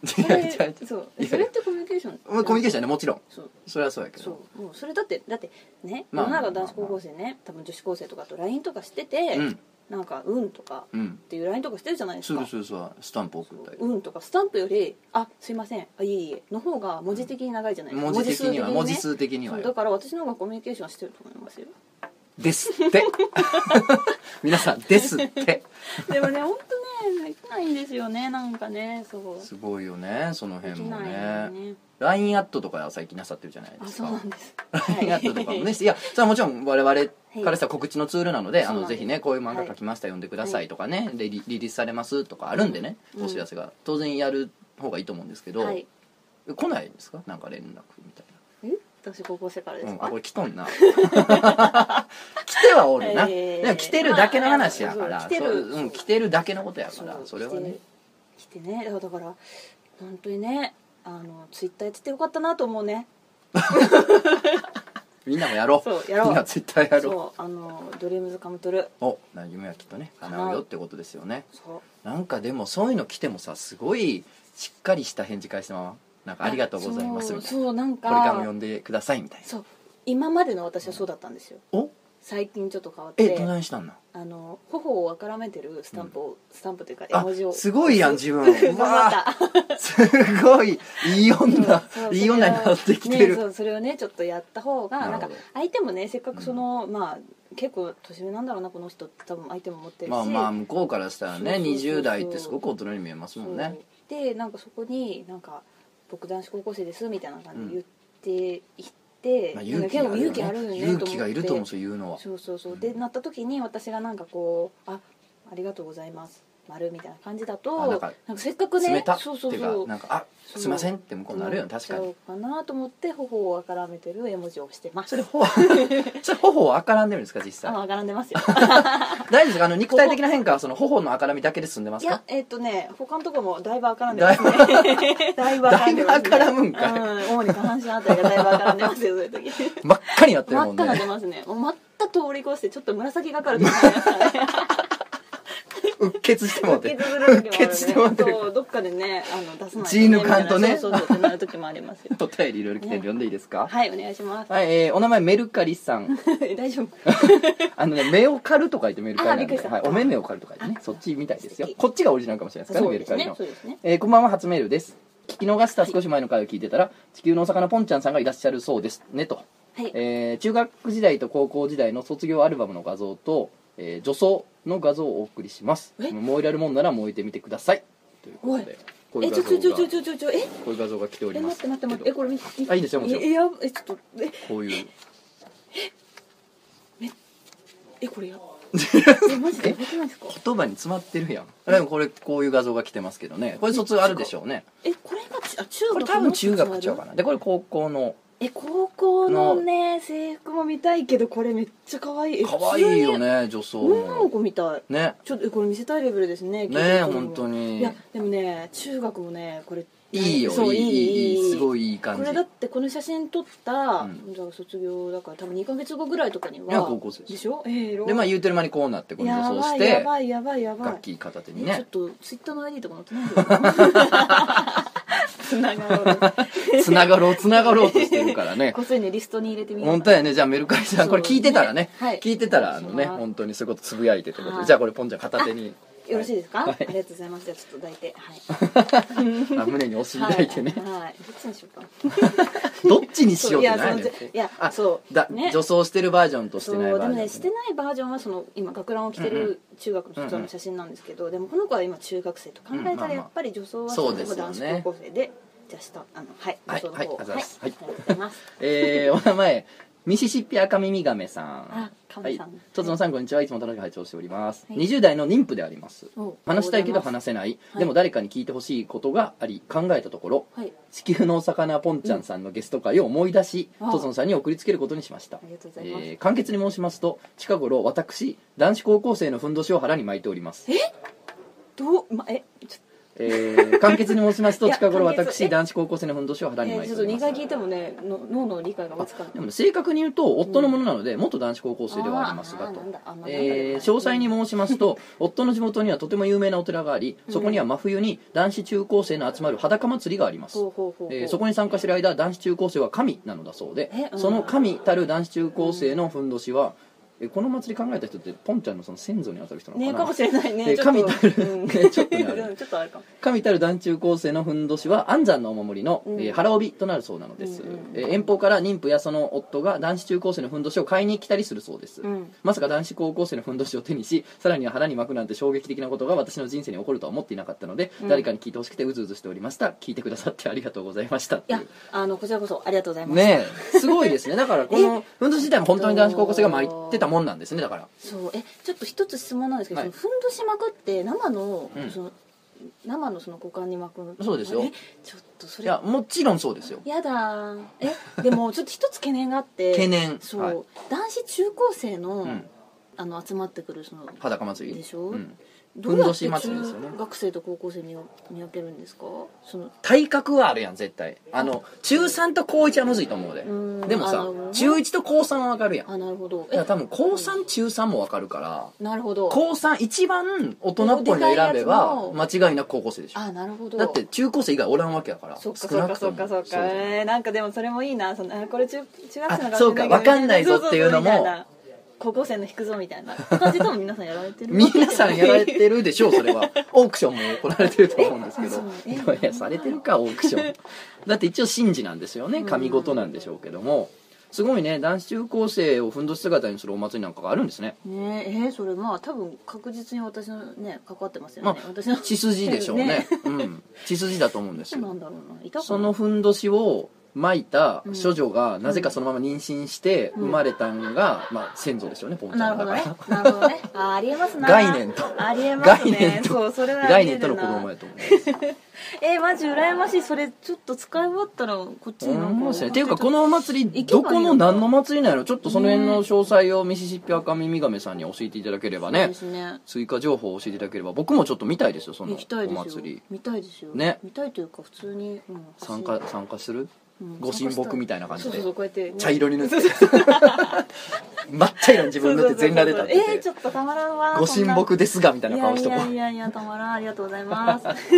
Speaker 1: 違う違
Speaker 2: ってそれ
Speaker 1: う
Speaker 2: そう
Speaker 1: いやいや
Speaker 2: それってコミュニケーション
Speaker 1: 違うコミュニケーションねもちろん
Speaker 2: そう
Speaker 1: それはそうやけど
Speaker 2: そうもうそれだってだってね
Speaker 1: ま
Speaker 2: 世
Speaker 1: あ
Speaker 2: の中の男子高校生ね多分女子高生とかと LINE とかしてて、
Speaker 1: うん
Speaker 2: なんか「うん」とか
Speaker 1: うん
Speaker 2: っていう LINE とかしてるじゃないです
Speaker 1: そう
Speaker 2: か
Speaker 1: そうそうそうスタンプ送ったり
Speaker 2: うんとかスタンプより「あすいませんあいえいえ」の方が文字的に長いじゃないですか
Speaker 1: 文字的には文字
Speaker 2: ね
Speaker 1: 数的には
Speaker 2: そう
Speaker 1: よ
Speaker 2: だから私の方がコミュニケーションしてると思 いますよ
Speaker 1: ですって皆さんですって
Speaker 2: でもね本できないんですよねなんかねそう
Speaker 1: すごいよねその
Speaker 2: で
Speaker 1: 辺
Speaker 2: き
Speaker 1: も
Speaker 2: ないよ
Speaker 1: ね
Speaker 2: ね
Speaker 1: LINE アットとか最近なさってるじゃない
Speaker 2: あ
Speaker 1: です
Speaker 2: そ
Speaker 1: か
Speaker 2: うなんです
Speaker 1: ラインアットとかもねいやそれはもちろん我々からしたら告知のツールなので、
Speaker 2: い
Speaker 1: あ
Speaker 2: そうな
Speaker 1: の
Speaker 2: んで
Speaker 1: ぜ
Speaker 2: す
Speaker 1: ひねこういう漫画書きました、読んでくださいとかねでリリリースされますとかあるんでね、
Speaker 2: うん
Speaker 1: お知らせが当然やる方がいいと思うんですけど、
Speaker 2: はい
Speaker 1: 来ないんですかなんか連絡みたい
Speaker 2: 私高校生からで
Speaker 1: な、うん、
Speaker 2: す
Speaker 1: あ
Speaker 2: か
Speaker 1: これ来とんな 来てはおるな、
Speaker 2: えー
Speaker 1: でも来てるだけの話やから、
Speaker 2: まあそう来て
Speaker 1: そう
Speaker 2: る
Speaker 1: うん、来てるだけのことやからそれはね
Speaker 2: 来て来てねだから本当にねあのツイッターやっててよかったなと思うね
Speaker 1: みんなもやろう
Speaker 2: そうやろう
Speaker 1: みんな絶対やろ
Speaker 2: そうあのドリームズカムトゥルー
Speaker 1: うおな夢はきっとね叶うよってことですよね
Speaker 2: そう
Speaker 1: なんかでもそういうの来てもさすごいしっかりした返事返してままなんか「ありがとうございます」
Speaker 2: そ
Speaker 1: み
Speaker 2: う
Speaker 1: たいな「
Speaker 2: そうなん
Speaker 1: こ
Speaker 2: か
Speaker 1: れからも呼んでください」みたいな
Speaker 2: そう今までの私はそうだったんですよ
Speaker 1: お
Speaker 2: 最近ちょっと変わっ
Speaker 1: えど
Speaker 2: て
Speaker 1: ないしたんだ
Speaker 2: あの頬をあからめてるスタンプを、スタンプというか絵
Speaker 1: あ
Speaker 2: 文字を
Speaker 1: すごいやん 自分
Speaker 2: 頑
Speaker 1: う
Speaker 2: 張っ
Speaker 1: わ
Speaker 2: た
Speaker 1: すごいいい女
Speaker 2: そう
Speaker 1: いい女になってきて
Speaker 2: ね、そ
Speaker 1: る
Speaker 2: うそれをねちょっとやった方が
Speaker 1: な
Speaker 2: な
Speaker 1: る
Speaker 2: ん
Speaker 1: ほど
Speaker 2: か相手もねせっかくその、まあ結構年上なんだろうなこの人って多分相手も持ってるし
Speaker 1: まあまあ向こうからしたらね
Speaker 2: そうそうそうそう
Speaker 1: 20代ってすごく大人に見えますもんね
Speaker 2: そうでなんかそこになんか「僕男子高校生です」みたいな感じで言っていって、
Speaker 1: まあ
Speaker 2: なんか結構勇気あるよねと思っ
Speaker 1: 勇
Speaker 2: て
Speaker 1: 気がいると思うそういうのは
Speaker 2: そうそうそう、
Speaker 1: うん
Speaker 2: でなった時に私がなんかこう「あありがとうございます」丸みたいな感じだ
Speaker 1: あ
Speaker 2: と
Speaker 1: な
Speaker 2: なんん
Speaker 1: か
Speaker 2: かせっかくね
Speaker 1: 冷たって
Speaker 2: そうそう
Speaker 1: いう
Speaker 2: そ
Speaker 1: か
Speaker 2: う
Speaker 1: なんか「あすいません」って向こうになるよね確かに
Speaker 2: そうかなと思って頬をあからめてる絵文字をしてます
Speaker 1: それ頬 それ頬をあからんでるんですか実際
Speaker 2: ああからんでますよ
Speaker 1: 大丈夫ですかあの肉体的な変化はその頬のあからみだけで済んでま
Speaker 2: い
Speaker 1: すか
Speaker 2: やえっ、とね他のとこもだいぶあからんでますねだいぶあ
Speaker 1: だ
Speaker 2: から
Speaker 1: い
Speaker 2: んで
Speaker 1: ぶ
Speaker 2: ま
Speaker 1: あ
Speaker 2: すね
Speaker 1: からむんかい、
Speaker 2: うん、主に下半身あたりがだいぶあからんでますよそういう時
Speaker 1: 真っ赤になってる
Speaker 2: 真
Speaker 1: も
Speaker 2: っ
Speaker 1: ん
Speaker 2: 赤が出
Speaker 1: ね
Speaker 2: ますねもう真っ赤通り越してちょっと紫がかる時もありますからね
Speaker 1: うっ血してもう て
Speaker 2: 血ずる時もあるね
Speaker 1: 血してもらってる
Speaker 2: そうどっかでねあの出さない
Speaker 1: 血抜かんとね
Speaker 2: そうそうそうってなる時もありますよ
Speaker 1: お便りいろいろ来てるんで読んでいいですか、
Speaker 2: はいお願いします
Speaker 1: はい、えーお名前メルカリさ ん
Speaker 2: 大丈夫
Speaker 1: あのね目を狩るとか言ってメルカリな
Speaker 2: あび
Speaker 1: ん
Speaker 2: っく
Speaker 1: で、
Speaker 2: りした
Speaker 1: はい、お目目を狩るとか言ってねそっちみたいですよ
Speaker 2: 素敵
Speaker 1: こっちがオリジナルかもしれないですから
Speaker 2: そう
Speaker 1: ねメ
Speaker 2: で
Speaker 1: ル
Speaker 2: す
Speaker 1: カリ
Speaker 2: ね
Speaker 1: の
Speaker 2: そうですね
Speaker 1: えーこんばんは初メールです聞き逃した少し前の回を聞いてたら、地球のお魚ポンちゃんさんがいらっしゃるそうですねと、
Speaker 2: はい
Speaker 1: えー中学時代と高校時代の卒業アルバムの画像と、えー女装の画像をお送りします
Speaker 2: え
Speaker 1: 燃えられるもんなら燃えてみてくださいということ
Speaker 2: お
Speaker 1: でこうい
Speaker 2: え
Speaker 1: う
Speaker 2: ち
Speaker 1: 画
Speaker 2: ょちょち
Speaker 1: 像
Speaker 2: ょちょ
Speaker 1: が
Speaker 2: ちょちょちょえ
Speaker 1: こういう画像が来ており
Speaker 2: え
Speaker 1: ま
Speaker 2: 待っ
Speaker 1: す
Speaker 2: て待って待ってえこれ見
Speaker 1: あいいんですよもちろん
Speaker 2: えやえちょっとえ
Speaker 1: こういう
Speaker 2: えこ れやえマジでやばくないですか
Speaker 1: 言葉に詰まってるやんでもこれこういう画像が来てますけどねこれ卒業あるでしょうね
Speaker 2: えこれがちあ中学
Speaker 1: これ多分中学ちゃうかなでこれ高校の
Speaker 2: え高校のね制服も見たいけどこれめっちゃ可愛いえ
Speaker 1: 可愛いよ
Speaker 2: 普
Speaker 1: ね女装
Speaker 2: 通に女の
Speaker 1: も
Speaker 2: 子みたい
Speaker 1: ね
Speaker 2: ちょっとえこれ見せたいレベルですね
Speaker 1: ねえ
Speaker 2: 結構
Speaker 1: 本当に
Speaker 2: いやでもね中学もねこれ
Speaker 1: いいよ
Speaker 2: そう
Speaker 1: いいいいいいすご
Speaker 2: い
Speaker 1: いいい感じ
Speaker 2: これだってこの写真撮った、
Speaker 1: うん
Speaker 2: じゃあ卒業だから多分2か月後ぐらいとかにはい
Speaker 1: や高校生です
Speaker 2: でしょええ
Speaker 1: でまあ言うてる間にこうなってこの
Speaker 2: や
Speaker 1: 女装
Speaker 2: ば
Speaker 1: し
Speaker 2: いや
Speaker 1: て
Speaker 2: ばいやばいやばい
Speaker 1: 楽器片手に
Speaker 2: ねちょ
Speaker 1: ね
Speaker 2: っとツイッターの ID とか載ってないんだよな つながろう
Speaker 1: つながろうつながろうとしてるから ね
Speaker 2: こっそりねリストに入れてみよう
Speaker 1: 本当やねじゃあメルカリさんこれ聞いてたらね
Speaker 2: そうねはい
Speaker 1: 聞いてたらあのね
Speaker 2: お願いします
Speaker 1: 本当にそういうことつぶやいてってこと
Speaker 2: は
Speaker 1: で
Speaker 2: い
Speaker 1: じゃあこれポンちゃん片手に
Speaker 2: よろしいですか、
Speaker 1: はい
Speaker 2: ありがとうございますじゃあちょっと抱いてはい
Speaker 1: あ胸に押し 抱いてね
Speaker 2: はい、はい、どっちにしようか
Speaker 1: どっちにしようってないね
Speaker 2: そういやそのぜいや
Speaker 1: あ
Speaker 2: そう
Speaker 1: だ
Speaker 2: ね
Speaker 1: 女装してるバージョンとして
Speaker 2: そう
Speaker 1: ないバージ
Speaker 2: で
Speaker 1: ョン
Speaker 2: もねしてないバージョンはその今学ランを着て
Speaker 1: うんう
Speaker 2: る中学の卒業の写真なんですけど、でもこの子は今中学生と考
Speaker 1: う
Speaker 2: え
Speaker 1: んまあ
Speaker 2: た
Speaker 1: まあ
Speaker 2: らやっぱり女装は
Speaker 1: そうですよね
Speaker 2: 男子高校生でじゃあ下あのはい
Speaker 1: は
Speaker 2: 女
Speaker 1: い
Speaker 2: 装の方
Speaker 1: はいありが
Speaker 2: を
Speaker 1: とうございます
Speaker 2: はいありがとうございます
Speaker 1: えー、お名前ミシシッピ赤耳亀さん
Speaker 2: あ亀さん
Speaker 1: はい、とつのさんこんにちはいつも楽しく拝聴しております、
Speaker 2: はい
Speaker 1: 20代の妊婦であります
Speaker 2: お
Speaker 1: 話したいけど
Speaker 2: ありがとうございます
Speaker 1: 話せない、
Speaker 2: はい
Speaker 1: でも誰かに聞いてほしいことがあり考えたところ
Speaker 2: はい
Speaker 1: 地球のお魚ポンちゃんさんのゲスト会を思い出し、
Speaker 2: うん
Speaker 1: とつのさんに送りつけることにしました
Speaker 2: ありがとうございます
Speaker 1: えー簡潔に申しますと近頃私男子高校生のふんどしを腹に巻いております
Speaker 2: どうまえちょっ
Speaker 1: えー簡潔に申しますと
Speaker 2: いや
Speaker 1: 近頃
Speaker 2: 簡潔
Speaker 1: 私
Speaker 2: え
Speaker 1: 男子高校生のふんどしを
Speaker 2: と、
Speaker 1: 腹に
Speaker 2: え
Speaker 1: 巻
Speaker 2: ー
Speaker 1: い
Speaker 2: ち
Speaker 1: て
Speaker 2: ょっ
Speaker 1: お
Speaker 2: と
Speaker 1: りま
Speaker 2: 2
Speaker 1: す
Speaker 2: 回聞いてもねの脳の理解が追いつかない
Speaker 1: でも正確に言うと夫のものなので、元男子高校生ではありますが
Speaker 2: あー
Speaker 1: と
Speaker 2: なんだあんまなんだ
Speaker 1: えー詳細に申しますと夫の地元にはとても有名なお寺がありそこには真冬に男子中高生の集まる裸祭りがあります、
Speaker 2: ほうほうほうほう
Speaker 1: えーそこに参加している間男子中高生は神なのだそうで
Speaker 2: えうん
Speaker 1: その神たる男子中高生のふんどしはえこの祭り考えた人ってポンちゃんのその先祖に当たる人なの
Speaker 2: ね
Speaker 1: か
Speaker 2: か
Speaker 1: な、
Speaker 2: もしれないね
Speaker 1: で
Speaker 2: ちょっと
Speaker 1: 神たる
Speaker 2: うん
Speaker 1: ねちょっとねあれ
Speaker 2: うんちょっとあるかも
Speaker 1: 神たる団中高生のふんどしは安産のお守りの、
Speaker 2: うん
Speaker 1: えー腹帯となるそうなのです、
Speaker 2: うんうん
Speaker 1: えー遠方から妊婦やその夫が男子中高生のふんどしを買いに来たりするそうです、
Speaker 2: うん
Speaker 1: まさか男子高校生のふんどしを手にしさらには腹に巻くなんて衝撃的なことが私の人生に起こるとは思っていなかったので、
Speaker 2: うん
Speaker 1: 誰かに聞いてほしくてうずうずしておりました聞いてくださってありがとうございましたっ
Speaker 2: い
Speaker 1: てい
Speaker 2: や
Speaker 1: う
Speaker 2: あのこちらこそありがとうございます、
Speaker 1: ねえすごいですねだからこ のふんどし自体も本当に男子高校生が巻いてたもんなんですねだから
Speaker 2: そうえちょっと一つ質問なんですけど、
Speaker 1: はい
Speaker 2: そのふんどしまくって生の,、
Speaker 1: うん
Speaker 2: その生のその股間に巻く
Speaker 1: そうですよ
Speaker 2: えちょっとそ
Speaker 1: い
Speaker 2: れ
Speaker 1: やもちろんそうですよ
Speaker 2: やだーえでもちょっと一つ懸念があっ て
Speaker 1: 懸念
Speaker 2: そう、
Speaker 1: はい
Speaker 2: 男子中高生の,、
Speaker 1: うん
Speaker 2: あの集まってくるその
Speaker 1: 裸祭り
Speaker 2: でしょ
Speaker 1: うん
Speaker 2: どうや
Speaker 1: ふんど
Speaker 2: っ
Speaker 1: して
Speaker 2: 中
Speaker 1: 祭りですよね
Speaker 2: 学生と高校生見分見分けるんですかその
Speaker 1: 体格はあるやん絶対あの中3と高1はむずいと思うで
Speaker 2: うん
Speaker 1: でも
Speaker 2: あ
Speaker 1: さ
Speaker 2: のね
Speaker 1: 中1と高3はわかるやんだ
Speaker 2: あなるほど
Speaker 1: から
Speaker 2: え
Speaker 1: 多分高3中3もわかるから
Speaker 2: なるほど
Speaker 1: 高3一番大人っぽいの選べば間違いなく高校生でしょ
Speaker 2: あなるほど
Speaker 1: だって中高生以外おらんわけやから
Speaker 2: そっか
Speaker 1: 少
Speaker 2: そっ
Speaker 1: な
Speaker 2: か
Speaker 1: くと
Speaker 2: そっ
Speaker 1: も
Speaker 2: かそっか
Speaker 1: う
Speaker 2: えーなんかでもそれもいいなそのあこれ中中学生の学生
Speaker 1: あそうかわかんないぞっていうのも
Speaker 2: そそそみたいな高校生の引くぞみたいな感じでも皆さんやられてる
Speaker 1: 皆さんやられてるでしょうそれ はオークションも行われてると思うんですけ
Speaker 2: そうえ
Speaker 1: どいやされてるかオークションだって一応神事なんですよね神事なんでしょうけどもすごいね男子中高生をふんどし姿にするお祭りなんかがあるんですね
Speaker 2: ねええーそれまあ多分確実に私のね関わってますよね、
Speaker 1: まあ
Speaker 2: 私の
Speaker 1: 血筋でしょうね
Speaker 2: ね
Speaker 1: うん、血筋だと思うんです
Speaker 2: そうな
Speaker 1: よ
Speaker 2: んだろうないたかな
Speaker 1: そのふんどしを巻いた処女がなぜかそのまま妊娠して生まれたんが、まあ、先祖でしょうねポンち ゃ
Speaker 2: なる
Speaker 1: ん
Speaker 2: ほ
Speaker 1: だ
Speaker 2: ど
Speaker 1: か
Speaker 2: ね
Speaker 1: ら
Speaker 2: なるほどね あありえますな
Speaker 1: 概念と
Speaker 2: ありえますね
Speaker 1: 概念と
Speaker 2: そうそれはあ
Speaker 1: 概
Speaker 2: りえ
Speaker 1: 念
Speaker 2: るな
Speaker 1: との子供やと 思う
Speaker 2: えー、マジ羨ましいそれちょっと使い終わったらこっちに
Speaker 1: 思いますねっていうか
Speaker 2: こ
Speaker 1: このお祭り
Speaker 2: 行
Speaker 1: ど
Speaker 2: けばいい
Speaker 1: こ
Speaker 2: の
Speaker 1: の何の祭りなのちょっとその辺の詳細をミシシッピ赤耳亀さんに教えていただければ
Speaker 2: ね
Speaker 1: ね
Speaker 2: ですね
Speaker 1: 追加情報を教えていただければ僕もちょっと見たいですよその
Speaker 2: 行きたい
Speaker 1: お
Speaker 2: です
Speaker 1: 祭
Speaker 2: よ
Speaker 1: り
Speaker 2: 見たいですよ
Speaker 1: ね
Speaker 2: 見たいというか普通に、うん、
Speaker 1: 参加参加する
Speaker 2: うん
Speaker 1: ご神木みたいな感じ
Speaker 2: そう
Speaker 1: で
Speaker 2: そうそうこうやってね
Speaker 1: 茶色に塗って 真っ茶色に自分塗って全裸で立
Speaker 2: そうそうそうえ
Speaker 1: って
Speaker 2: ー、ち
Speaker 1: て
Speaker 2: ょっとたまらんわ
Speaker 1: ご神木ですがみた
Speaker 2: そ
Speaker 1: い
Speaker 2: んな
Speaker 1: ない顔し
Speaker 2: やい
Speaker 1: とこう
Speaker 2: やいやいやたまらんありがとうございます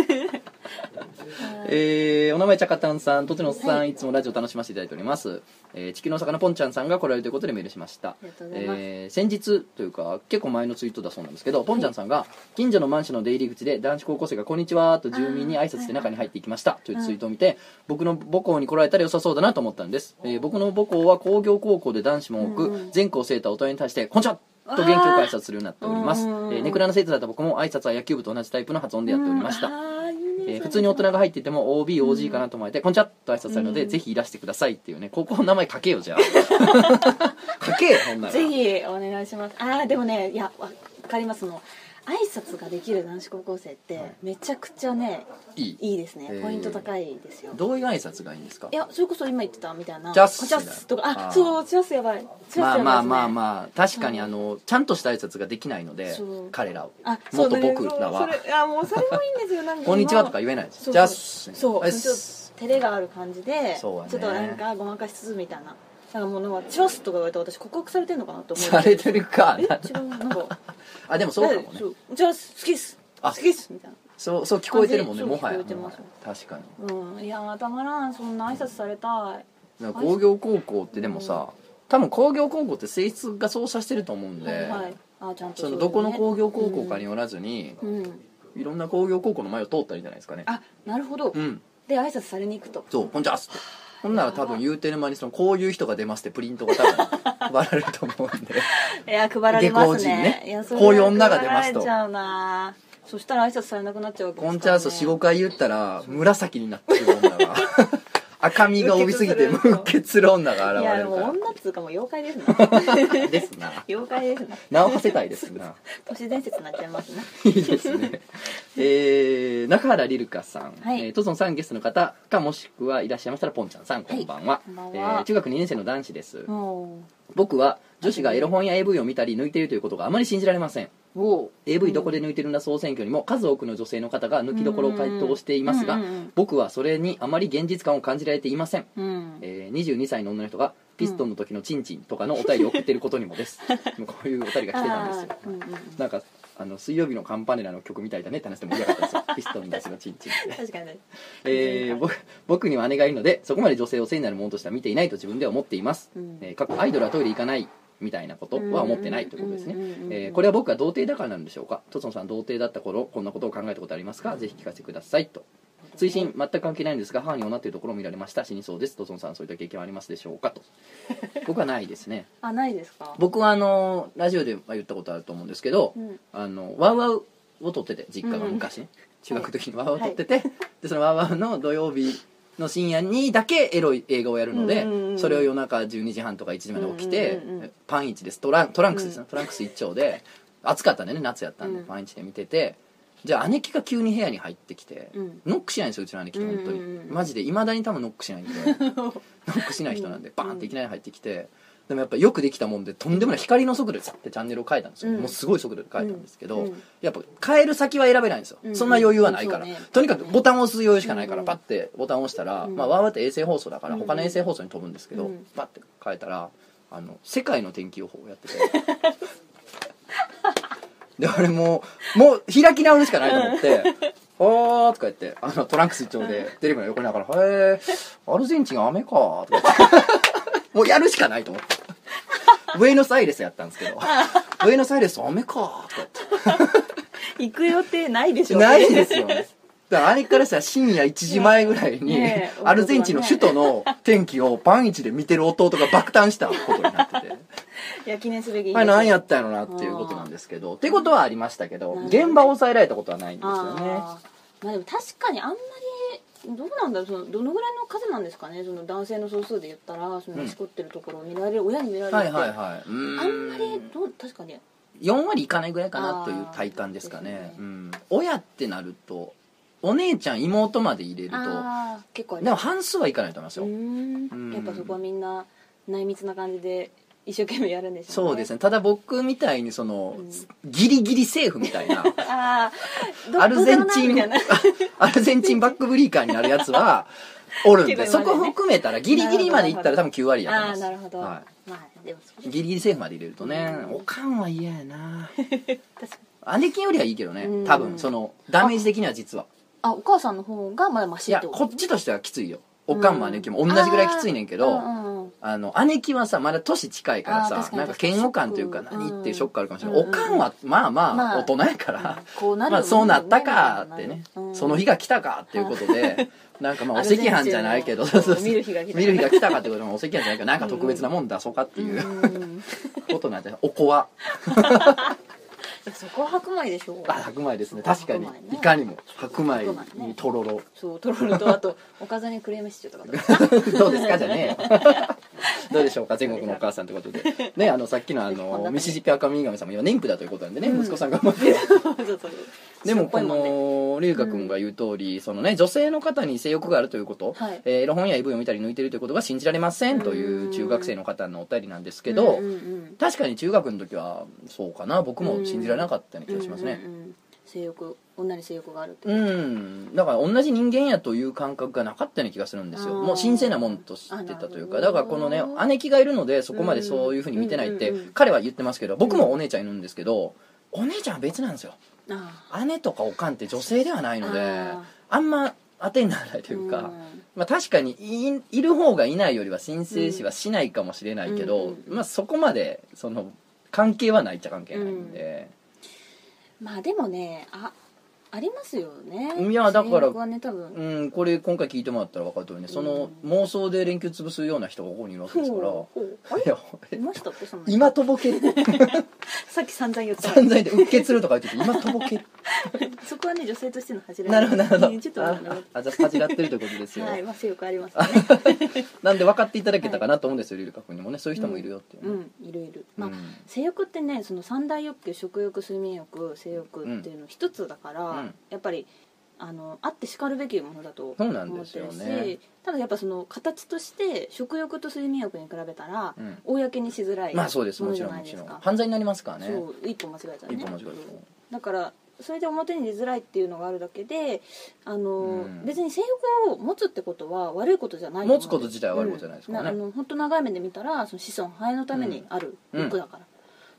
Speaker 1: えーお名前ちゃかたんさんとちのおっさん、い、つもラジオ楽しませていただいております、えー地球の魚ぽんちゃんさんが来られるということでメールしました
Speaker 2: りがとうございます
Speaker 1: えー先日というか結構前のツイートだそうなんですけどぽんちゃんさんが近所のマンションの出入り口で男子高校生が「こんにちは」と住民に挨拶して中に入っていきましたというツイートを見て僕の母校に来られたら良さそうだなと思ったんです、えー僕の母校は工業高校で男子も多く、全校生徒は大人に対して「こんにちは!」と元気よく挨拶するようになっております、え
Speaker 2: うんうんうん
Speaker 1: ーネクラの生徒だった僕も挨拶は野球部と同じタイプの発音でやっておりました、
Speaker 2: ああいいね、
Speaker 1: えー普通に大人が入っていても OB、OG かなと思えて、こんにちはと挨拶されるので、ぜひいらしてくださいっていうね、 高校の名前書けよ、じゃあ。 書けよ、ほん なら。
Speaker 2: ぜひお願いしますああでもねいやわかりますの挨拶ができる男子高校生ってめちゃくちゃね
Speaker 1: いい。
Speaker 2: いいですね
Speaker 1: へー
Speaker 2: ポイント高いですよ
Speaker 1: どういう挨拶がいいんですか
Speaker 2: いやそれこそ今言ってたみたいな
Speaker 1: チャス
Speaker 2: あチャスとかあ
Speaker 1: あー
Speaker 2: そうチャスやばいチャ
Speaker 1: ま
Speaker 2: ス
Speaker 1: あ
Speaker 2: やばいです、ね、
Speaker 1: まあまあまあ、確かにあの、ちゃんとした挨拶ができないので
Speaker 2: そう、
Speaker 1: 彼らを
Speaker 2: あ、そう
Speaker 1: 元僕ら
Speaker 2: そう
Speaker 1: は
Speaker 2: そ、れあもうそれもいいんですよなんか今
Speaker 1: こんにちはとか言えないです。
Speaker 2: そう
Speaker 1: じゃあっす、
Speaker 2: そう
Speaker 1: あっ
Speaker 2: ちょっ
Speaker 1: す
Speaker 2: と照れがある感じで、ち
Speaker 1: そう
Speaker 2: ょ
Speaker 1: やね
Speaker 2: っとなんかごまかしつつみたいななんかもうなんかチャスとか言われたら私告白されてんのかなと思う
Speaker 1: されてるか
Speaker 2: え。違うなんか
Speaker 1: あ、でもそうかもね
Speaker 2: そ。うチャス好きっす
Speaker 1: あ
Speaker 2: 好きっすみたいな
Speaker 1: そう、そう聞こえてるもんね、
Speaker 2: そう
Speaker 1: もはや。
Speaker 2: 聞こえてます
Speaker 1: もはや確かに。
Speaker 2: うんいやーたまらんそんな挨拶されたい
Speaker 1: だから工業高校ってでもさ、多分工業高校って性質が操作してると思うんで、
Speaker 2: はいはいあちゃんと
Speaker 1: その
Speaker 2: う
Speaker 1: どこの
Speaker 2: ね
Speaker 1: 工業高校かによらずに、
Speaker 2: うん
Speaker 1: いろんな工業高校の前を通ったらいいんじゃないですかね
Speaker 2: あなるほど
Speaker 1: うん
Speaker 2: で挨拶されに行くと
Speaker 1: そう「こんにちは」っつってほんなら多分言うてる間にそのこういう人が出ますってプリントが多分 配られると思うんで
Speaker 2: いや配られま
Speaker 1: 下
Speaker 2: す
Speaker 1: 校時に
Speaker 2: ね
Speaker 1: ね
Speaker 2: いやそれ
Speaker 1: こういう女が出ますと
Speaker 2: 配られちゃうなそしたら挨拶されなくなっちゃうわ
Speaker 1: 「
Speaker 2: け
Speaker 1: こん
Speaker 2: で
Speaker 1: に
Speaker 2: す
Speaker 1: ち
Speaker 2: から
Speaker 1: は」
Speaker 2: ね
Speaker 1: と45回言ったら紫になってる女 が赤みが帯びすぎて
Speaker 2: 無血する
Speaker 1: 無血する女が
Speaker 2: い
Speaker 1: 現
Speaker 2: や
Speaker 1: れ
Speaker 2: で
Speaker 1: る
Speaker 2: も
Speaker 1: か
Speaker 2: 女っつうかもう妖怪です ね
Speaker 1: らですな
Speaker 2: 妖怪ですね
Speaker 1: 名を馳せたいですな
Speaker 2: 都市伝説になっちゃいますね
Speaker 1: いいですねえー、中原リルカさん、
Speaker 2: はい
Speaker 1: えートソンさんゲストの方かもしくはいらっしゃいましたらポンちゃんさんこんばんは,、
Speaker 2: こんばんは
Speaker 1: えー中学2年生の男子です、
Speaker 2: お
Speaker 1: 僕は女子がエロ本や AV を見たり抜いているということがあまり信じられません AV どこで抜いてるんだ総選挙にも数多くの女性の方が抜きどころを回答していますが
Speaker 2: うんうんうん
Speaker 1: 僕はそれにあまり現実感を感じられていません、
Speaker 2: うん
Speaker 1: えー22歳の女の人がピストンの時のチンチンとかのお便りを送っていることにもです もうこういうお便りが来てたんですよ
Speaker 2: あーうんうん
Speaker 1: なんかあの水曜日のカンパネラの曲みたいだねって話で盛り上がった んですよピストンの時のチンチンって
Speaker 2: 確かに
Speaker 1: えー僕僕には姉がいるのでそこまで女性を性になるものとしては見ていないと自分では思っています、
Speaker 2: うん
Speaker 1: えー過去アイドルはトイレ行かないみたいなことは思ってないということですね
Speaker 3: うんうんうんうん
Speaker 1: えーこれは僕が童貞だからなんでしょうかとつのさん童貞だった頃こんなことを考えたことありますかぜひ聞かせてくださいと推進全く関係ないんですが母に女というところを見られました死にそうですとつのさんそういった経験はありますでしょうかと僕はないで すね
Speaker 3: あないですか
Speaker 1: 僕はあのラジオでは言ったことあると思うんですけど、
Speaker 3: うん
Speaker 1: あのワウワウを撮ってて実家が昔、中学の時にワウワウを撮ってて、でそのワウワウの土曜日の深夜にだけエロい映画をやるので、
Speaker 3: うんうんうん
Speaker 1: それを夜中12時半とか1時まで起きて、
Speaker 3: うんうんうんうん
Speaker 1: パンイチですトラントランクスですね、トランクス一丁で暑かったんでね夏やったんで、
Speaker 3: うん
Speaker 1: パンイチで見ててじゃあ姉貴が急に部屋に入ってきて、
Speaker 3: うん
Speaker 1: ノックしないんですようちの姉貴って本当に、
Speaker 3: うんうんうん
Speaker 1: マジでいまだに多分ノックしないんでノックしない人なんでバーンっていきなり入ってきてでもやっぱよくできたもんでとんでもない光の速度でさってチャンネルを変えたんですよ、
Speaker 3: うん
Speaker 1: もうすごい速度で変えたんですけど、
Speaker 3: うんうん
Speaker 1: やっぱ変える先は選べないんですよ、
Speaker 3: うん
Speaker 1: そんな余裕はないから、
Speaker 3: うんそうね
Speaker 1: とにかくボタンを押す余裕しかないから、
Speaker 3: うん
Speaker 1: パッてボタンを押したら、
Speaker 3: うん
Speaker 1: まあ、わーわーって衛星放送だから
Speaker 3: うん
Speaker 1: 他の衛星放送に飛ぶんですけど、
Speaker 3: うん
Speaker 1: パッて変えたらあの世界の天気予報をやっ てて。であれもうもう開き直るしかないと思って 「はあ」とか言ってあのトランクス一丁でテレビの横にだから「へえアルゼンチン雨か」とか言って もうやるしかないと思 ってブエノスアイレスやったんですけど「ブエノスアイレス雨か」とか言って
Speaker 2: 行く予定ないでしょ
Speaker 1: ないん ですよねだからあれからさ深夜1時前ぐらいに、
Speaker 3: ねえ
Speaker 1: アルゼンチンの首都の天気をパンイチで見てる弟が爆誕したことになってて。
Speaker 3: いや記念すべき日
Speaker 1: あれ何やったんやろなっていうことなんですけどってことはありましたけど現場を抑えられたことはないんですよね
Speaker 2: あーまあでも確かにあんまりどうなんだろうそのどのぐらいの数なんですかねその男性の総数で言ったらそ
Speaker 1: う
Speaker 2: の
Speaker 1: ん
Speaker 2: しこってるところを見られる親に見られるっ
Speaker 1: は
Speaker 2: て、
Speaker 1: いはいはいうん
Speaker 2: あんまりどう確かに
Speaker 1: 4割いかないぐらいかなという体感ですかね
Speaker 2: あーですね
Speaker 1: うん、親ってなるとお姉ちゃん妹まで入れると
Speaker 2: あー結構あり
Speaker 1: で
Speaker 2: ま
Speaker 1: も
Speaker 2: す
Speaker 1: 半数はいかないと思いますよ、
Speaker 2: うー
Speaker 1: うん
Speaker 2: んやっぱそこはみんな内密な感じで一生懸命やるんでしょ
Speaker 1: そうです
Speaker 2: ね
Speaker 1: ねただ僕みたいにその、
Speaker 2: う
Speaker 1: ギリギリセーフみたいな
Speaker 2: ああど
Speaker 1: アルゼンチ
Speaker 2: どう
Speaker 1: ン
Speaker 2: でもないみ
Speaker 1: アルゼンチンバックブリーカーになるやつ はおるんで、
Speaker 2: けど今
Speaker 1: そ
Speaker 2: ね
Speaker 1: こ含めたらギリギリまでいったら多分9割
Speaker 2: た
Speaker 1: や
Speaker 2: い
Speaker 1: と
Speaker 2: な
Speaker 1: 思い ます
Speaker 2: ああーなるほど、
Speaker 1: は
Speaker 2: まあでもそ
Speaker 1: い、
Speaker 2: れ
Speaker 1: ギリギリセーフまで入れるとね、
Speaker 2: うん
Speaker 1: おかんは嫌やな
Speaker 2: 確かに
Speaker 1: 姉貴よりはいいけどね
Speaker 2: うん
Speaker 1: 多分そのダメージ的には実は
Speaker 2: あお母さんの方がまだマ
Speaker 1: い
Speaker 2: シっ
Speaker 1: や
Speaker 2: てこと
Speaker 1: こっちとしてはきついよおかんも姉貴も同じぐらいきついねんけど、
Speaker 2: うんうんうん
Speaker 1: あの姉貴はさまだ年近いから
Speaker 2: あー
Speaker 1: さ
Speaker 2: 確かに
Speaker 1: なんか嫌悪感というか
Speaker 2: ショック
Speaker 1: 何言ってるショックあるかもしれない、
Speaker 2: うん
Speaker 1: おかんはまあま
Speaker 2: ま
Speaker 1: あ
Speaker 2: あ
Speaker 1: 大人やから、
Speaker 2: こうなる
Speaker 1: ま
Speaker 2: よ
Speaker 1: あ
Speaker 2: ね
Speaker 1: そうなったかってね、
Speaker 2: うん
Speaker 1: その日が来たかっていうことで、なん かまあお赤飯じゃないけど
Speaker 2: アルゼンチ
Speaker 1: そうそう
Speaker 2: ンの
Speaker 1: そう
Speaker 2: 見る日が来た
Speaker 1: 見る日が来たかってことでお赤飯じゃないけどなんか特別なもん出そうかっていう、ことなんでおこわ
Speaker 2: いやそこは白米でしょう
Speaker 1: あ白米ですね確かに、
Speaker 2: 白米ね
Speaker 1: いかにも白米
Speaker 2: 白米
Speaker 1: に
Speaker 2: ね
Speaker 1: とろ ろ
Speaker 2: そうトロロとあとおかずにクレームシチューとか どう
Speaker 1: どうですかじゃねえよどうでしょうか全国のお母さんということでねあのさっきのあ
Speaker 2: こんな
Speaker 1: の
Speaker 2: ね
Speaker 1: ミシシピ赤身神様今妊婦だということなんでね、息子さん頑張って
Speaker 2: そうそう
Speaker 1: でもこ
Speaker 2: 塩っぽいんね
Speaker 1: の龍河君が言う通り、そのね女性の方に性欲があるということ、
Speaker 2: はい
Speaker 1: えーエロ本や EV を見たり抜いてるということが信じられませんという中学生の方のお便りなんですけど、
Speaker 2: うんうんうん
Speaker 1: 確かに中学の時はそうかな僕も信じられなかったような気がしますね
Speaker 2: うんうんうん性欲女に性欲があるって
Speaker 1: うんだから同じ人間やという感覚がなかったような気がするんですよ
Speaker 2: あー
Speaker 1: もう神聖なもんとしてたというか
Speaker 2: あ
Speaker 1: だ
Speaker 2: なるほど
Speaker 1: からこのね姉貴がいるのでそこまでそういうふうに見てないって
Speaker 2: うんうんうんうん
Speaker 1: 彼は言ってますけど僕もお姉ちゃんいるんですけど、お姉ちゃんは別なんですよ
Speaker 2: あ
Speaker 1: 姉とかおかんって女性ではないのであ
Speaker 2: あ
Speaker 1: んま当てにならないというか、
Speaker 2: ん
Speaker 1: まあ、確かにいいる方がいないよりは申請しはしないかもしれないけど、
Speaker 2: うん
Speaker 1: まあ、そこまでその関係はないっちゃ関係ないんで、
Speaker 2: まあでもねあありますよね
Speaker 1: いやだから
Speaker 2: 性欲はね多分
Speaker 1: うんこれ今回聞いてもらったら分かる通りねその妄想で連休潰すような人がここにいるわけですから、
Speaker 2: ほうほうあ
Speaker 1: い
Speaker 2: れ
Speaker 1: や
Speaker 2: いましたってそんな
Speaker 1: 今とぼけ
Speaker 2: さっき散々言った
Speaker 1: 散々でうっ血するとか言ってて今とぼけ
Speaker 2: そこはね女性としての恥じら
Speaker 1: な
Speaker 2: い
Speaker 1: るほどなるほ
Speaker 2: ちょっ
Speaker 1: ど
Speaker 2: とあの
Speaker 1: ああじゃあ恥じらってるということですよ、
Speaker 2: はいまあ性欲ありますね
Speaker 1: なんで分かっていただけたかなと思うんですよ、リルカ君にもねそういう人もいるよっていうね、
Speaker 2: うんいるいるまあ
Speaker 1: うん
Speaker 2: 性欲ってねその三大欲求食欲睡眠欲性欲っていうの一つだから、
Speaker 1: うん
Speaker 2: やっぱりあのあってしかるべきものだと
Speaker 1: そうなん
Speaker 2: 思
Speaker 1: で
Speaker 2: っ
Speaker 1: す
Speaker 2: て
Speaker 1: よ
Speaker 2: る
Speaker 1: ね
Speaker 2: し、ただやっぱその形として食欲と睡眠欲に比べたら、
Speaker 1: うん
Speaker 2: 公にしづらい
Speaker 1: まあそうです
Speaker 2: も
Speaker 1: も
Speaker 2: の
Speaker 1: ち
Speaker 2: じゃ
Speaker 1: ろん
Speaker 2: な
Speaker 1: も
Speaker 2: いで
Speaker 1: ち
Speaker 2: す
Speaker 1: ろん
Speaker 2: か、
Speaker 1: 犯罪になりますからね
Speaker 2: そう一歩間違えたらね
Speaker 1: 一歩間違えたらそう
Speaker 2: だからそれで表に出づらいっていうのがあるだけであの、
Speaker 1: うん
Speaker 2: 別に性欲を持つってことは悪いことじゃない
Speaker 1: 持つこと自体は悪いことじゃないですからね
Speaker 2: 本当長い目で見たらその子孫繁栄のためにある
Speaker 1: うん
Speaker 2: 欲だから、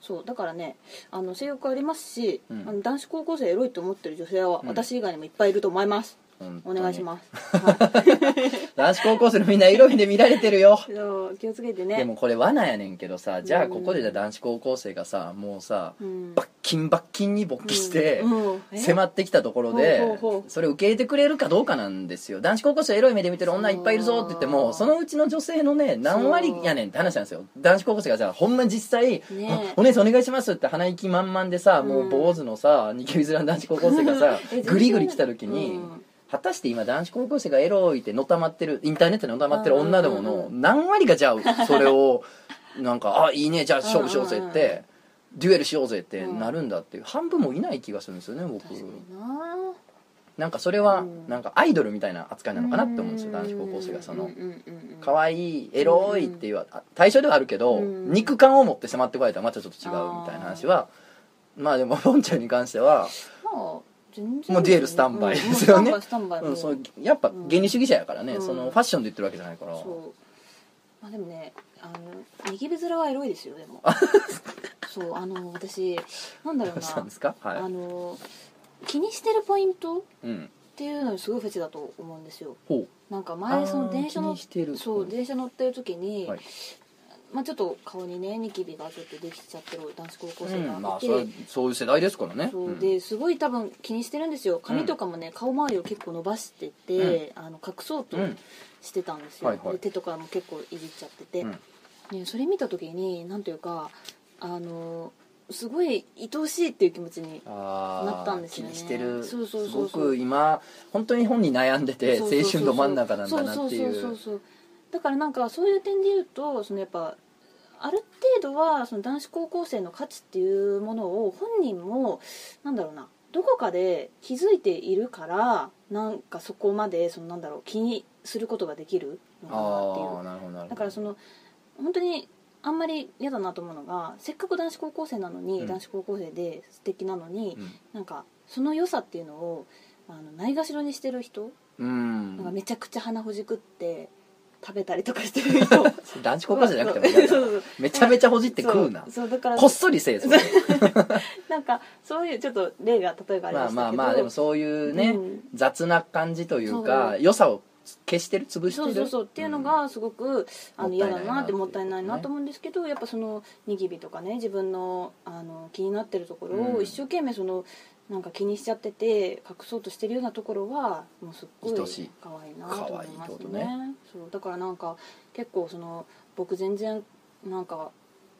Speaker 2: そうだからねあの性欲ありますし、
Speaker 1: うん
Speaker 2: あの男子高校生エロいと思ってる女性は
Speaker 1: うん
Speaker 2: 私以外にもいっぱいいると思います、
Speaker 1: 本当
Speaker 2: お
Speaker 1: に
Speaker 2: 願いします、は
Speaker 1: 男子高校生のみんなエロい目で見られてるよ
Speaker 2: い、そう気をつけてね
Speaker 1: でもこれ罠やねんけどさじゃあ
Speaker 2: うん
Speaker 1: ここでじゃあ男子高校生がさもうさ
Speaker 2: うん
Speaker 1: バッキンバッキンに勃起して、
Speaker 2: うんうんえ
Speaker 1: 迫ってきたところで
Speaker 2: ほうほうほう
Speaker 1: それ受け入れてくれるかどうかなんですよ男子高校生エロい目で見てる女いっぱいいるぞって言っても
Speaker 2: そ
Speaker 1: そうのうちの女性のね何割やねんって話なんですよ男子高校生がじゃあほんま実際、
Speaker 2: ね
Speaker 1: あお姉さんお願いしますって鼻息満々でさ、もう坊主のさニキビ面の男子高校生がさ
Speaker 2: え全然
Speaker 1: グリグリ来た時に、
Speaker 2: うん
Speaker 1: 果たして今男子高校生がエロいってのたまってるインターネットにのたまってる女ども
Speaker 2: うんうん
Speaker 1: の
Speaker 2: う
Speaker 1: 何割がじゃあそれ をなんか「あいいねじゃあ勝負しようぜ」って、
Speaker 2: うんうんう
Speaker 1: デュエルしようぜってなるんだっていう半分もいない気がするんですよね僕
Speaker 2: 確かにな
Speaker 1: なんかそれは
Speaker 2: うん
Speaker 1: なんかアイドルみたいな扱いなのかなって思うんですよ男子高校生がその可愛いエロいっていうあ対象ではあるけど
Speaker 2: うん
Speaker 1: 肉感を持って迫ってこられたらまたちょっと違うみたいな話はまあでもボンちゃんに関しては
Speaker 2: もう全然
Speaker 1: もうデュエルスタンバイですよね
Speaker 2: うんもうスタンバイスタンバ
Speaker 1: う
Speaker 2: イ
Speaker 1: ん、そ
Speaker 2: も
Speaker 1: うやっぱ原理主義者やからね、
Speaker 2: うん
Speaker 1: そのファッションで言ってるわけじゃないから、
Speaker 2: そうまあでもねあのニキビ面はエロいですよ でもそうあの私なんだろう
Speaker 1: どうしたん
Speaker 2: な
Speaker 1: ですかはい
Speaker 2: あの気にしてるポイントっ
Speaker 1: うん
Speaker 2: ていうのにすごいフェチだと思うんですよ
Speaker 1: ほう
Speaker 2: なんか
Speaker 1: あ
Speaker 2: 前
Speaker 1: ー
Speaker 2: その電車
Speaker 1: 気
Speaker 2: の
Speaker 1: にしてる
Speaker 2: そう
Speaker 1: うん
Speaker 2: 電車乗ってる時に、
Speaker 1: はい
Speaker 2: まあ、ちょっと顔にねニキビがちょっとできちゃってる男子高校
Speaker 1: う
Speaker 2: 生が
Speaker 1: ん、まあそ
Speaker 2: いて、
Speaker 1: れはそういう世代ですからね
Speaker 2: そう
Speaker 1: うん
Speaker 2: ですごい多分気にしてるんですよ髪とかもね、顔周りを結構伸ばしてて、あの隠そうと
Speaker 1: うん
Speaker 2: してたんですよ、
Speaker 1: はいはい
Speaker 2: で手とかも結構いじっちゃってて、
Speaker 1: うん
Speaker 2: ね、それ見た時になんというかあのすごい愛おしいっていう気持ちに
Speaker 1: あー
Speaker 2: なったんですよね
Speaker 1: 気にしてる
Speaker 2: そうそうそうそう
Speaker 1: すごく今本当に本人悩んでて
Speaker 2: そ
Speaker 1: 青
Speaker 2: うそうそうそう
Speaker 1: 春ど真ん中なんだなってい
Speaker 2: そうそうそう
Speaker 1: う
Speaker 2: そうだからなんかそういう点で言うとそのやっぱある程度はその男子高校生の価値っていうものを本人もなんだろうなどこかで気づいているからなんかそこまでそのなんだろう気にすることができるのかなって
Speaker 1: あ
Speaker 2: い
Speaker 1: あなるほどなるほど
Speaker 2: うだからその本当にあんまり嫌だなと思うのがせっかく男子高校生なのに、
Speaker 1: うん
Speaker 2: 男子高校生で素敵なのに、
Speaker 1: うん
Speaker 2: なんかその良さっていうのをあのないがしろにしてる人
Speaker 1: うん
Speaker 2: なんかめちゃくちゃ鼻ほじくって食べたりとかし てる人
Speaker 1: 男子高校生じゃなくても嫌だ
Speaker 2: そうそうそう
Speaker 1: めちゃめちゃほじって食うな
Speaker 2: そうそうだから
Speaker 1: こっそりせえそれ
Speaker 2: なんかそういうちょっと例が例えばあり
Speaker 1: ま
Speaker 2: ま
Speaker 1: あ
Speaker 2: したけど
Speaker 1: まあまあでもそういうね、
Speaker 2: うん
Speaker 1: 雑な感じというか
Speaker 2: そう
Speaker 1: 良さを消してる潰して
Speaker 2: そう
Speaker 1: る
Speaker 2: そうそうっていうのがすごく、あの
Speaker 1: もった
Speaker 2: 嫌
Speaker 1: いな
Speaker 2: だ
Speaker 1: いな
Speaker 2: なってもったいないなと思うんですけど、やっぱそのニキビとかね自分のあの気になってるところ
Speaker 1: う
Speaker 2: を
Speaker 1: ん
Speaker 2: 一生懸命そのなんか気にしちゃってて隠そうとしてるようなところはもうすっごい
Speaker 1: 愛しい
Speaker 2: 可愛いなと思います
Speaker 1: 可愛いってこと
Speaker 2: ね
Speaker 1: ね
Speaker 2: そうだからなんか結構その僕全然なんか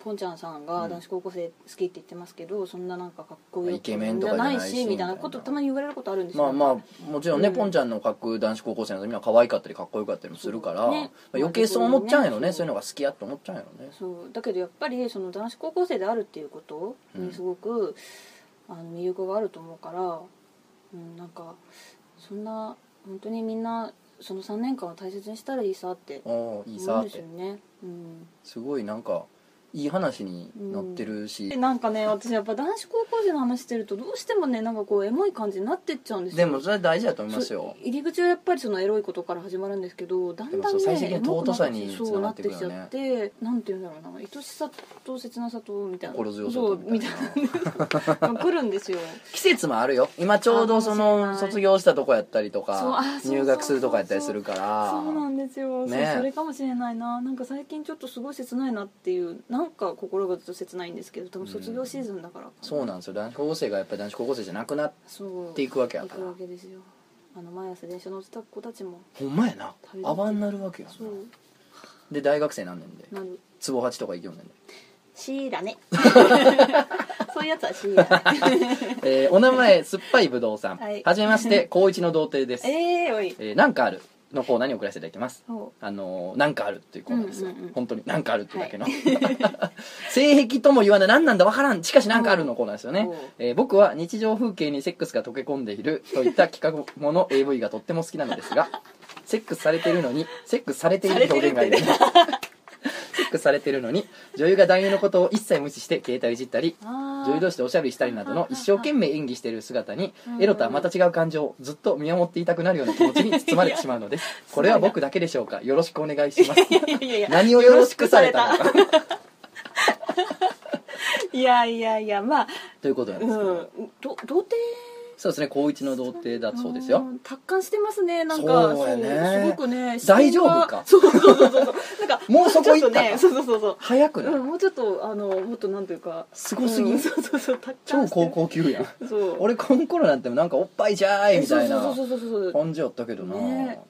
Speaker 2: ポンちゃんさん
Speaker 1: う
Speaker 2: が
Speaker 1: ん
Speaker 2: 男子高校生好きって言ってますけど、そんななんかかっこよ
Speaker 1: イケメンとかじゃないし
Speaker 2: みたいなことたまに言われることあるんですよ
Speaker 1: まあまあもちろんね、
Speaker 2: うん
Speaker 1: ポンちゃんの書く男子高校生のみんな可愛かったりかっこよかったりもするから、
Speaker 2: そう
Speaker 1: ま
Speaker 2: ね
Speaker 1: あ余計そう思っちゃうんやろね
Speaker 2: まあ
Speaker 1: そういうのが好きやって思っちゃうんやろね
Speaker 2: そうだけどやっぱりその男子高校生であるっていうことにすごく、あの魅力があると思うから、うん、なんかそんな本当にみんなその3年間を大切にしたらいいさって
Speaker 1: おーいい
Speaker 2: 思う
Speaker 1: さ
Speaker 2: ん
Speaker 1: っ
Speaker 2: です
Speaker 1: て
Speaker 2: よね。うん
Speaker 1: すごいなんかいい話になってるし、
Speaker 2: でなんかね私やっぱ男子高校生の話してるとどうしてもねなんかこうエモい感じになってっちゃうんです
Speaker 1: で
Speaker 2: よ
Speaker 1: もそれは大事だと思いますよ
Speaker 2: そう入り口はやっぱりそのエロいことから始まるんですけどだん
Speaker 1: でも
Speaker 2: だん
Speaker 1: そう
Speaker 2: ね
Speaker 1: 最終的に
Speaker 2: エモく
Speaker 1: 尊
Speaker 2: な
Speaker 1: さに
Speaker 2: そう
Speaker 1: つなが
Speaker 2: な
Speaker 1: っ
Speaker 2: ってて
Speaker 1: く
Speaker 2: き
Speaker 1: る
Speaker 2: ち
Speaker 1: よね
Speaker 2: ゃってなんて言うんだろうな愛しさと切なさとみたいな
Speaker 1: 心強さ
Speaker 2: そ
Speaker 1: と
Speaker 2: う
Speaker 1: み
Speaker 2: み
Speaker 1: た
Speaker 2: た
Speaker 1: い
Speaker 2: い
Speaker 1: な
Speaker 2: なが来 るんですよ
Speaker 1: 季節もあるよ今ちょうどその
Speaker 2: あかもしれない
Speaker 1: 卒業したとこやったりと
Speaker 2: そうあ
Speaker 1: か
Speaker 2: そう
Speaker 1: 入学するとこやったりするから
Speaker 2: そうなんですよ、
Speaker 1: ね
Speaker 2: そうそれかもしれないななんか最近ちょっとすごい切ないなっていうなんか心がずっと切ないんですけど多分卒業シーズンだからかな
Speaker 1: そうなんですよ男子高校生がやっぱり男子高校生じゃなくなっ
Speaker 2: そう
Speaker 1: ていくわけや
Speaker 2: い
Speaker 1: か
Speaker 2: く
Speaker 1: ら
Speaker 2: わけですよあの毎朝電車乗ってた子たちも
Speaker 1: ほんまやなアバンになるわけやんな
Speaker 2: そう
Speaker 1: で大学生なんねんで
Speaker 2: なる
Speaker 1: 壺八とか行きよんねんで
Speaker 2: シーラね そういうやつはシーラ ね
Speaker 1: えーお名前酸っぱいぶどうさん
Speaker 2: はい
Speaker 1: はじめま して高一の童貞です
Speaker 2: ええー、おい
Speaker 1: えーなんかあるのコーナーに送らせていただきます
Speaker 2: そ
Speaker 1: あのーなんかあるっていうコーナーですよ
Speaker 2: うんうんうん
Speaker 1: 本当になんかあるってだけの 性癖とも言わない何なんだわからんしかしなんかあるのコーナーですよね
Speaker 2: おう
Speaker 1: えー僕は日常風景にセックスが溶け込んでいるといった企画もの AV がとっても好きなのです がセックスされているのにセックスされている表現 がいいねセックスされているのに女優が男優のことを一切無視して携帯をいじったり
Speaker 2: うあ
Speaker 1: 女優同士でおしゃべりしたりなどの一生懸命演技している姿にエロとはまた違う感情をずっと見守っていたくなるような気持ちに包まれてしまうのですこれは僕だけでしょうかよろしくお願いします
Speaker 2: いやいやいや
Speaker 1: 何をよろしくされたのか
Speaker 2: いやいやいやまあ
Speaker 1: ということなん
Speaker 2: う
Speaker 1: ですけど、
Speaker 2: んど童貞
Speaker 1: そうですね高一の童貞だそうですよ
Speaker 2: ん達観してますねなんか
Speaker 1: そうやね
Speaker 2: そうすごくね
Speaker 1: 大丈夫か
Speaker 2: 視点がそうそうそうそうそう なんか
Speaker 1: もうそこ行った
Speaker 2: ちょとねそうそうそうそう
Speaker 1: 早くない、
Speaker 2: うん、もうちょっとあのもっとなんというか
Speaker 1: すごすぎ、
Speaker 2: うんそうそうそう達観
Speaker 1: 超
Speaker 2: して
Speaker 1: 高校級やん
Speaker 2: そう
Speaker 1: 俺この頃なんてなんかおっぱいじゃーいみたい
Speaker 2: そ
Speaker 1: な
Speaker 2: うそうそうそうそうそう
Speaker 1: 感じやったけどな、
Speaker 2: ね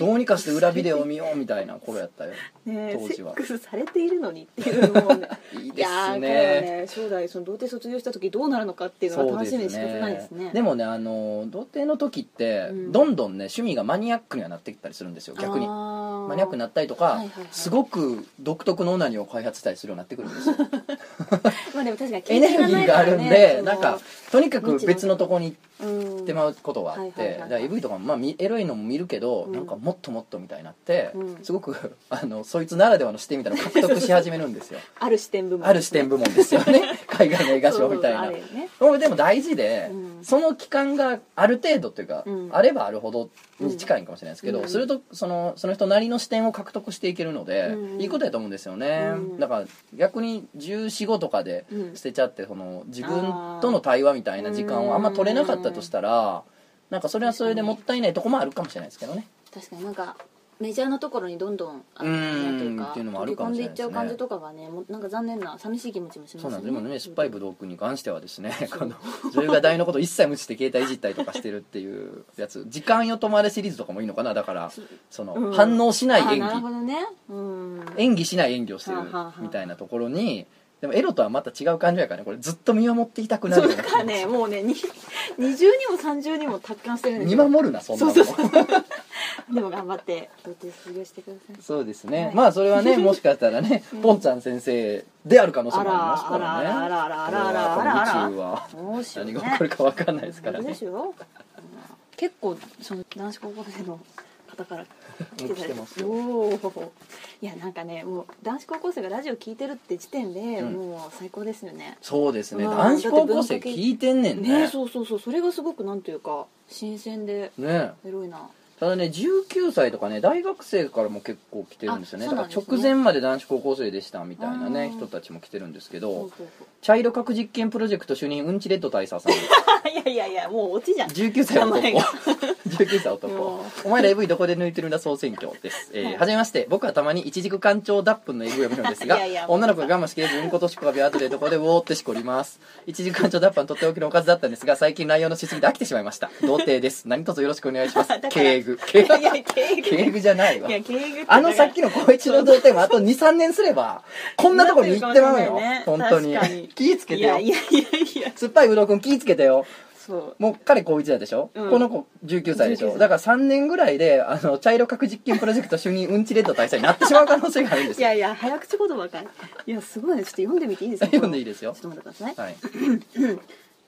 Speaker 1: どうにかして裏ビデオ見ようみたいな頃やったよ
Speaker 2: ねえ
Speaker 1: 当時は
Speaker 2: セックスされているのにっていうのもね
Speaker 1: いい
Speaker 2: い
Speaker 1: で
Speaker 2: や
Speaker 1: す
Speaker 2: ー
Speaker 1: ね
Speaker 2: ね将来その童貞卒業した時どうなるのかっていうのは
Speaker 1: そう
Speaker 2: 楽
Speaker 1: で
Speaker 2: し
Speaker 1: す
Speaker 2: みにしかないですね
Speaker 1: ねでもねあの童貞の時って、
Speaker 2: うん
Speaker 1: どんどんね趣味がマニアックにはなってきたりするんですよ逆に
Speaker 2: マ
Speaker 1: マニアックになったりとか、
Speaker 2: はいはいはい
Speaker 1: すごく独特のオナニーを開発したりするようになってくるんですよ
Speaker 2: まあでも確かに経
Speaker 1: エネ
Speaker 2: 験
Speaker 1: ルギーがあるん
Speaker 2: ないからね
Speaker 1: でなんか、とにかく別のとこに行
Speaker 2: そのうん、
Speaker 1: ってまうことはあっ
Speaker 2: はいは
Speaker 1: て
Speaker 2: いはい
Speaker 1: だ
Speaker 2: はい
Speaker 1: から AV とかも、まあ、みエロいのも見るけど、
Speaker 2: うん
Speaker 1: なんかもっともっとみたいになって、
Speaker 2: うん
Speaker 1: すごくあのそいつならではの視点みたいなのを獲得し始めるんですよ
Speaker 2: ある視点部門
Speaker 1: ある視点部門ですよ ね海外の映画賞みたい
Speaker 2: そう
Speaker 1: な
Speaker 2: あるよね
Speaker 1: でも大事で、
Speaker 2: うん
Speaker 1: その期間がある程度というか、
Speaker 2: うん
Speaker 1: あればあるほどに近いかもしれないですけど、
Speaker 2: うん
Speaker 1: するとそのその人なりの視点を獲得していけるので、
Speaker 2: うん
Speaker 1: いいことやと思うんですよね、
Speaker 2: うん
Speaker 1: だから逆に1415とかで
Speaker 2: うん
Speaker 1: 捨てちゃってその自分との対話みたいな時間をあんま取れなかったとしたら、なんかそれはそれでもったいないとこもあるかもしれないですけどね
Speaker 2: 確かになんかメジャーなところにどんどんあの
Speaker 1: うん
Speaker 2: なんていう
Speaker 1: っ
Speaker 2: か
Speaker 1: ていうのもあ
Speaker 2: 飛
Speaker 1: る
Speaker 2: び
Speaker 1: か
Speaker 2: 込
Speaker 1: も
Speaker 2: ん
Speaker 1: し
Speaker 2: で
Speaker 1: れ
Speaker 2: い
Speaker 1: な
Speaker 2: っ
Speaker 1: い
Speaker 2: ち
Speaker 1: で
Speaker 2: ゃ
Speaker 1: すね
Speaker 2: う感じとかがねもうなんか残念な寂しい気持ちもしますね
Speaker 1: そうなんですでもね失敗部同君に関してはですね
Speaker 2: そう
Speaker 1: あの女優が台のこと一切無視して携帯いじったりとかしてるっていうやつ「時間よ止まれ」シリーズとかもいいのかなだから
Speaker 2: そう
Speaker 1: その、
Speaker 2: うん
Speaker 1: 反応しない演
Speaker 2: あなるほ
Speaker 1: 技
Speaker 2: どねうん
Speaker 1: 演技しない演技をしてる
Speaker 2: はあはあはあ
Speaker 1: みたいなところにでもエロとはまた違う感じやからねこれずっと見守っていたくな
Speaker 2: そ
Speaker 1: る
Speaker 2: う
Speaker 1: よう
Speaker 2: だ
Speaker 1: な
Speaker 2: からねもうねに 二重にも三重にも達観してるんです
Speaker 1: 見
Speaker 2: よ
Speaker 1: 守るなそんなの
Speaker 2: そうそうでも頑張って童貞卒業してください
Speaker 1: そうですね、
Speaker 2: はい
Speaker 1: まあそれはねもしかしたらね、ポンちゃん先生である可能性もありますからね
Speaker 2: あらあらあらあらあらあらあら
Speaker 1: これはやっぱり宇宙は
Speaker 2: どうしよう
Speaker 1: 何
Speaker 2: ね
Speaker 1: が起こるか分かんないですから
Speaker 2: 本当
Speaker 1: ね
Speaker 2: ですよ結構その男子高校生の方から
Speaker 1: もう来てますよ
Speaker 2: おーいやなんかねもう男子高校生がラジオ聞いてるって時点で、
Speaker 1: うん
Speaker 2: もう最高ですよね
Speaker 1: そうですね
Speaker 2: うん
Speaker 1: 男子高校生聞いてんねん
Speaker 2: ね
Speaker 1: ね
Speaker 2: そうそうそうそれがすごくなんていうか新鮮で
Speaker 1: ね
Speaker 2: エロいな
Speaker 1: ただね19歳とかね大学生からも結構来てるんですよね
Speaker 2: あ
Speaker 1: だ
Speaker 2: そう
Speaker 1: か
Speaker 2: な
Speaker 1: ら
Speaker 2: んですね
Speaker 1: 直前まで男子高校生でしたみたいな
Speaker 2: あ
Speaker 1: ね
Speaker 2: ー
Speaker 1: 人たちも来てるんですけ
Speaker 2: そう
Speaker 1: ど
Speaker 2: そうそう
Speaker 1: 茶色核実験プロジェクト主任うんちレッド大佐 さん
Speaker 2: あいやいやいやもうオチじゃん
Speaker 1: 19歳男
Speaker 2: 名前が
Speaker 1: 19歳男
Speaker 2: も
Speaker 1: お前ら AV どこで抜いてるんだ総選挙です、えー
Speaker 2: はい
Speaker 1: はじめまして僕はたまに一軸干潮脱粉の AV を見るのですが
Speaker 2: いやいやもう
Speaker 1: 女の子が我慢しきれずうんことしこがびあとでどこでウォーってしこります一軸干潮脱粉とっておきのおかずだったんですが最近内容のしすぎて飽きてしまいました童貞です何卒よろしくお願いします
Speaker 2: だから
Speaker 1: 敬具敬
Speaker 2: いやいや経営
Speaker 1: 具じゃないわ
Speaker 2: いや経営
Speaker 1: あのさっきの高一の童貞もあと23年すればこんなとこに行ってまうよ
Speaker 2: なってるか
Speaker 1: 本
Speaker 2: もしれ
Speaker 1: 当
Speaker 2: ないね
Speaker 1: に
Speaker 2: 確かに
Speaker 1: 気ぃつけ
Speaker 2: い
Speaker 1: てよ
Speaker 2: やいやいやいや
Speaker 1: 酸っぱいうどんくん気ぃつけてよ
Speaker 2: そう
Speaker 1: もう彼高1だでしょ、
Speaker 2: うん
Speaker 1: この子19歳でし
Speaker 2: 19
Speaker 1: ょ
Speaker 2: 歳
Speaker 1: だから3年ぐらいであの茶色核実験プロジェクト主任うんちレッド大佐になってしまう可能性があるんで
Speaker 2: い
Speaker 1: すよ
Speaker 2: やいや早口言葉かいいやすごいねちょっと読んでみていいですか
Speaker 1: 読んでいいですよ
Speaker 2: ちょっと待ってください
Speaker 1: はい、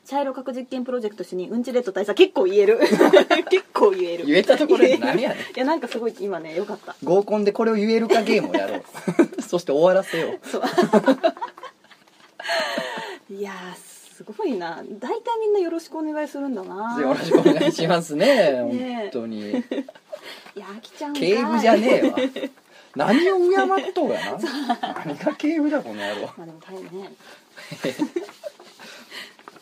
Speaker 2: 茶色核実験プロジェクト主任うんちレッド大佐結構言 える結構言える
Speaker 1: 言えたところで何やねん
Speaker 2: いやなんかすごい今ねよかった
Speaker 1: 合コンでこれを言えるかゲームをやろ うそして終わらせよう
Speaker 2: そういやーすごいな大体みんなよろしくお願いするんだな
Speaker 1: よろしくお願いしますね
Speaker 2: ね
Speaker 1: 本当に
Speaker 2: いや飽きちゃうんかい
Speaker 1: 敬具じゃねえわ何を敬っとうやな何が敬具だこの野郎
Speaker 2: まあでも大変ね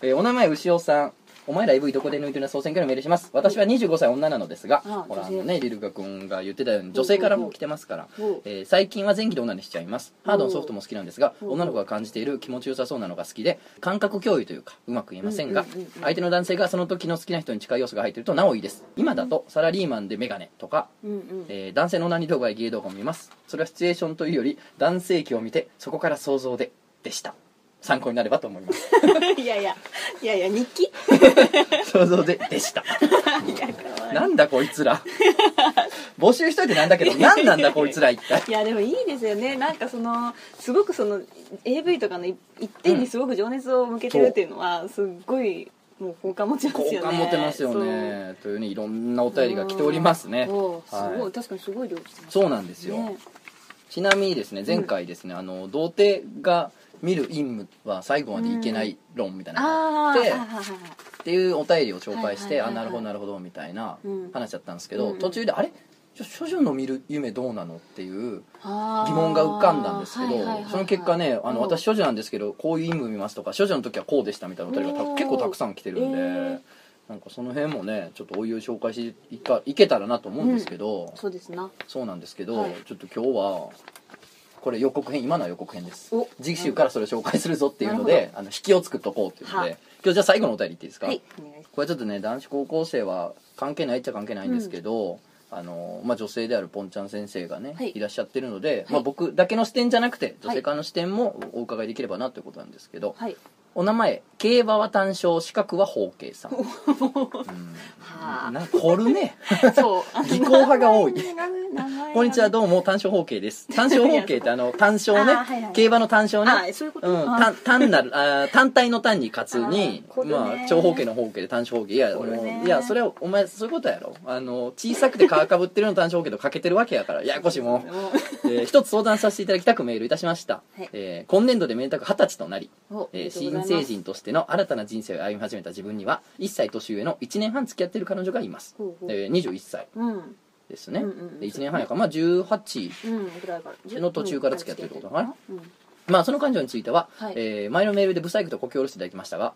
Speaker 1: えーお名前牛尾さんお前ら AV どこで抜いてるの総選挙にメールします私は25歳女なのですが
Speaker 2: ああ
Speaker 1: ほらあ
Speaker 2: 女性
Speaker 1: のねリルカ君が言ってたように女性からも来てますから
Speaker 2: おうおうおう、
Speaker 1: えー最近は前期で女にしちゃいますハード
Speaker 2: お
Speaker 1: も
Speaker 2: う
Speaker 1: ソフトも好きなんですが
Speaker 2: おうおう
Speaker 1: 女の子が感じている気持ちよさそうなのが好きで感覚共有というかうまく言えませんが
Speaker 2: うんうんうんうん
Speaker 1: 相手の男性がその時の好きな人に近い要素が入ってるとなおいいです今だとサラリーマンでメガネとか
Speaker 2: うんうん
Speaker 1: えー男性の何動画や芸動画を見ますそれはシチュエーションというより男性器を見てそこから想像ででした参考になればと思います
Speaker 2: いやいやいやいや日記い
Speaker 1: 想像ででした
Speaker 2: やかわいい
Speaker 1: なんだこいつら募集しといてなん だけど何なんだこいつら一体
Speaker 2: いやでもいいですよねなんかそのすごくその AV とかの一点にすごく情熱を向けてるっていうのはすっごいもう好感持ちます
Speaker 1: 好
Speaker 2: よね
Speaker 1: 感持てますよねというねいろんなお便りが来ておりますね
Speaker 2: うんおうす
Speaker 1: はい
Speaker 2: ごい確かにすごい量来てます
Speaker 1: そうなんですよ、
Speaker 2: ね
Speaker 1: ちなみにですね前回ですね、あの童貞が見る任務は最後までいけない論みたいなのが
Speaker 2: あ
Speaker 1: あ
Speaker 2: ー
Speaker 1: って、
Speaker 2: はいはいはい
Speaker 1: っていうお便りを紹介して、
Speaker 2: はいはいはいは
Speaker 1: あ
Speaker 2: い
Speaker 1: なるほどなるほどみたいな
Speaker 2: うん
Speaker 1: 話だったんですけど、
Speaker 2: うんうん
Speaker 1: 途中であれちょ処女の見る夢どうなのっていう
Speaker 2: あー
Speaker 1: 疑問が浮かんだんですけど、
Speaker 2: はいはいはいはい
Speaker 1: その結果ねあの
Speaker 2: うん
Speaker 1: 私処女なんですけどこういう意味を見ますとか処女の時はこうでしたみたいなお便りがた
Speaker 2: おー
Speaker 1: 結構たくさん来てるんで、
Speaker 2: えー
Speaker 1: なんかその辺もねちょっとおいおい紹介していかいけたらなと思うんですけど、
Speaker 2: そうですな
Speaker 1: そうなんですけど、
Speaker 2: はい
Speaker 1: ちょっと今日はこれ予告編今のは予告編です
Speaker 2: お
Speaker 1: 次週からそれを紹介するぞっていうの
Speaker 2: なる
Speaker 1: であの引きを作っとこうっていうの
Speaker 2: は
Speaker 1: で
Speaker 2: い
Speaker 1: 今日じゃあ最後のお便りいっていいですか、
Speaker 2: はいお願いします
Speaker 1: これちょっとね男子高校生は関係ないっちゃ関係ないんですけど、あのまあ、女性であるぽんちゃん先生がね、
Speaker 2: はい
Speaker 1: い、らっしゃってるので、ま
Speaker 2: は
Speaker 1: あ、
Speaker 2: い
Speaker 1: 僕だけの視点じゃなくて女性からの視点もお伺いできればなということなんですけど、
Speaker 2: はい
Speaker 1: お名前競馬は単勝資格は方形さん、うん、
Speaker 2: は
Speaker 1: な凝る ね
Speaker 2: あ そう
Speaker 1: 技巧派が多いこ
Speaker 2: こ
Speaker 1: んにちはどうも単勝方形です単勝方形ってあの単勝ね、
Speaker 2: あーはいはい
Speaker 1: 競馬の単勝ね
Speaker 2: あそういうこと
Speaker 1: うん、単単なるあー単体の単に勝つに
Speaker 2: あーこれね
Speaker 1: まあ長方形の方形で単小方形いや
Speaker 2: これね
Speaker 1: もういやそれはお前そういうことやろあの小さくて皮かぶってるの単小方形と欠けてるわけやから ややこしいもんえー一つ相談させていただきたくメールいたしました、
Speaker 2: はい
Speaker 1: えー今年度で明卓二十歳となり、
Speaker 2: お
Speaker 1: えー新成人としての新たな人生を歩み始めた自分には1歳年上の1年半付き合ってる彼女がいます、
Speaker 2: ほうほう
Speaker 1: えー、21歳
Speaker 2: うん
Speaker 1: ですね、
Speaker 2: うんうんうん
Speaker 1: で1年半やからまあ18
Speaker 2: うんぐらいから
Speaker 1: の途中から付き合ってるってことかな
Speaker 2: うん
Speaker 1: まあその彼女については、
Speaker 2: はい
Speaker 1: えー前のメールでブサイクとこき下ろしていただきま したが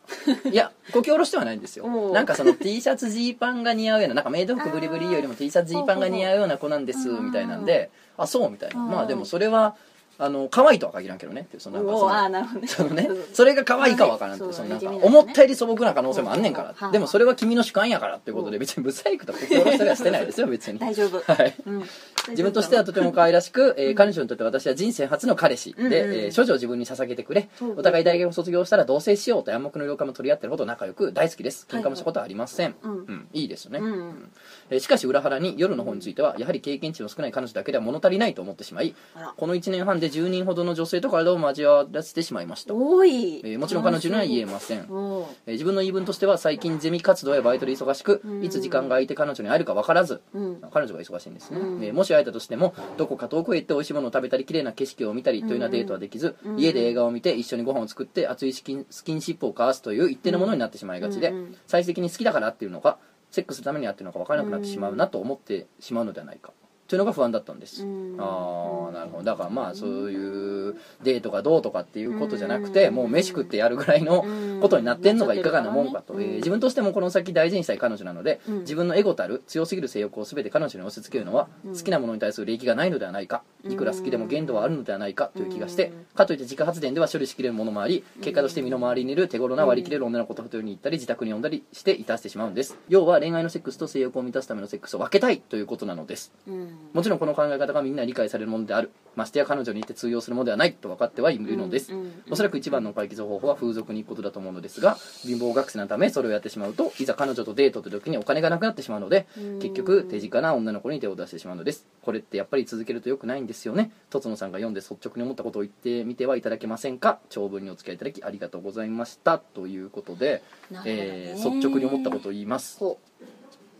Speaker 1: いやこき下ろしてはないんですよ
Speaker 2: おう
Speaker 1: なんかその T シャツジーパンが似合うようななんかメイド服ブリブリよりも T シャツジーパンが似合うような子なんです
Speaker 2: ほうほう
Speaker 1: みたいなんであそうみたいな
Speaker 2: うん
Speaker 1: まあでもそれはあの可愛いとは限らんけどねっていうそのなんか
Speaker 2: お
Speaker 1: そ
Speaker 2: ーあー
Speaker 1: の
Speaker 2: なるほどね
Speaker 1: そのねそれが可愛いかわからんっ
Speaker 2: そ
Speaker 1: て
Speaker 2: う
Speaker 1: そのなんか
Speaker 2: そう
Speaker 1: 思ったより素朴な可能性もあんねんか
Speaker 2: ほうほうほ
Speaker 1: ら
Speaker 2: う
Speaker 1: でもそれは君の主観やからっていうことで別にブサイクとこき下ろしたりはしてないですよ別に
Speaker 2: 大丈夫
Speaker 1: はい
Speaker 2: うん
Speaker 1: 自分としてはとても可愛らしく、えー彼女にとって私は人生初の彼氏で、
Speaker 2: うんうん
Speaker 1: えー処女を自分に捧げてくれ
Speaker 2: うんうん
Speaker 1: お互い大学を卒業したら同棲しようと暗黙の了解も取り合ってるほど仲良く大好きです喧嘩もしたことはありません、
Speaker 2: う
Speaker 1: う
Speaker 2: ん
Speaker 1: ん、いいですね、
Speaker 2: うんうん
Speaker 1: えーしかし裏腹に夜の方についてはやはり経験値の少ない彼女だけでは物足りないと思ってしまい
Speaker 2: あら
Speaker 1: この1年半で10人ほどの女性と体を交わらせてしまいました、
Speaker 2: 多い
Speaker 1: えーもちろん彼女には言えません
Speaker 2: おー
Speaker 1: えー自分の言い分としては最近ゼミ活動やバイトで忙しく
Speaker 2: うん
Speaker 1: いつ時間が空いて彼女に会えるか分からず、
Speaker 2: うん
Speaker 1: 彼女が忙しいんですね、
Speaker 2: うん
Speaker 1: えーもし会えたとしてもどこか遠くへ行って美味しいものを食べたり綺麗な景色を見たりというようなデートはできず、
Speaker 2: うん
Speaker 1: 家で映画を見て一緒にご飯を作って熱いスキンスキンシップを交わすという一定のものになってしまいがちで、
Speaker 2: うんうん
Speaker 1: 最終的に好きだからっていうのかセックスのために会ってるのか分からなくなってしまうなと思ってしまうのではないかというのが不安だったんです、
Speaker 2: うん
Speaker 1: ああなるほどだからまあそういうデートがどうとかっていうことじゃなくて、
Speaker 2: うん
Speaker 1: もう飯食ってやるぐらいの
Speaker 2: うん
Speaker 1: ことになってんのがいかがなもんかと、
Speaker 2: うん
Speaker 1: えー自分としてもこの先大事にしたい彼女なので、
Speaker 2: うん
Speaker 1: 自分のエゴたる強すぎる性欲を全て彼女に押し付けるのは、好きなものに対する礼儀がないのではないかいくら好きでも限度はあるのではないかという気がして、
Speaker 2: うん
Speaker 1: かといって自家発電では処理しきれるものもあり結果として身の回りにいる手頃な割り切れる女の子とホテルに行ったり自宅に呼んだりしていたしてしまうんです要は恋愛のセックスと性欲を満たすためのセックスを分けたいということなのです
Speaker 2: うん
Speaker 1: もちろんこの考え方がみんな理解されるものであるましてや彼女に言って通用するものではないと分かってはいるのです、
Speaker 2: うんうん
Speaker 1: おそらく一番の解決方法は風俗に行くことだと思うのですが貧乏学生のためそれをやってしまうといざ彼女とデートという時にお金がなくなってしまうので
Speaker 2: うん
Speaker 1: 結局手近な女の子に手を出してしまうのですこれってやっぱり続けると良くないんですよねとつのさんが読んで率直に思ったことを言ってみてはいただけませんか長文にお付き合いいただきありがとうございましたということで、
Speaker 2: なるほどね
Speaker 1: えー率直に思ったことを言います
Speaker 2: ほ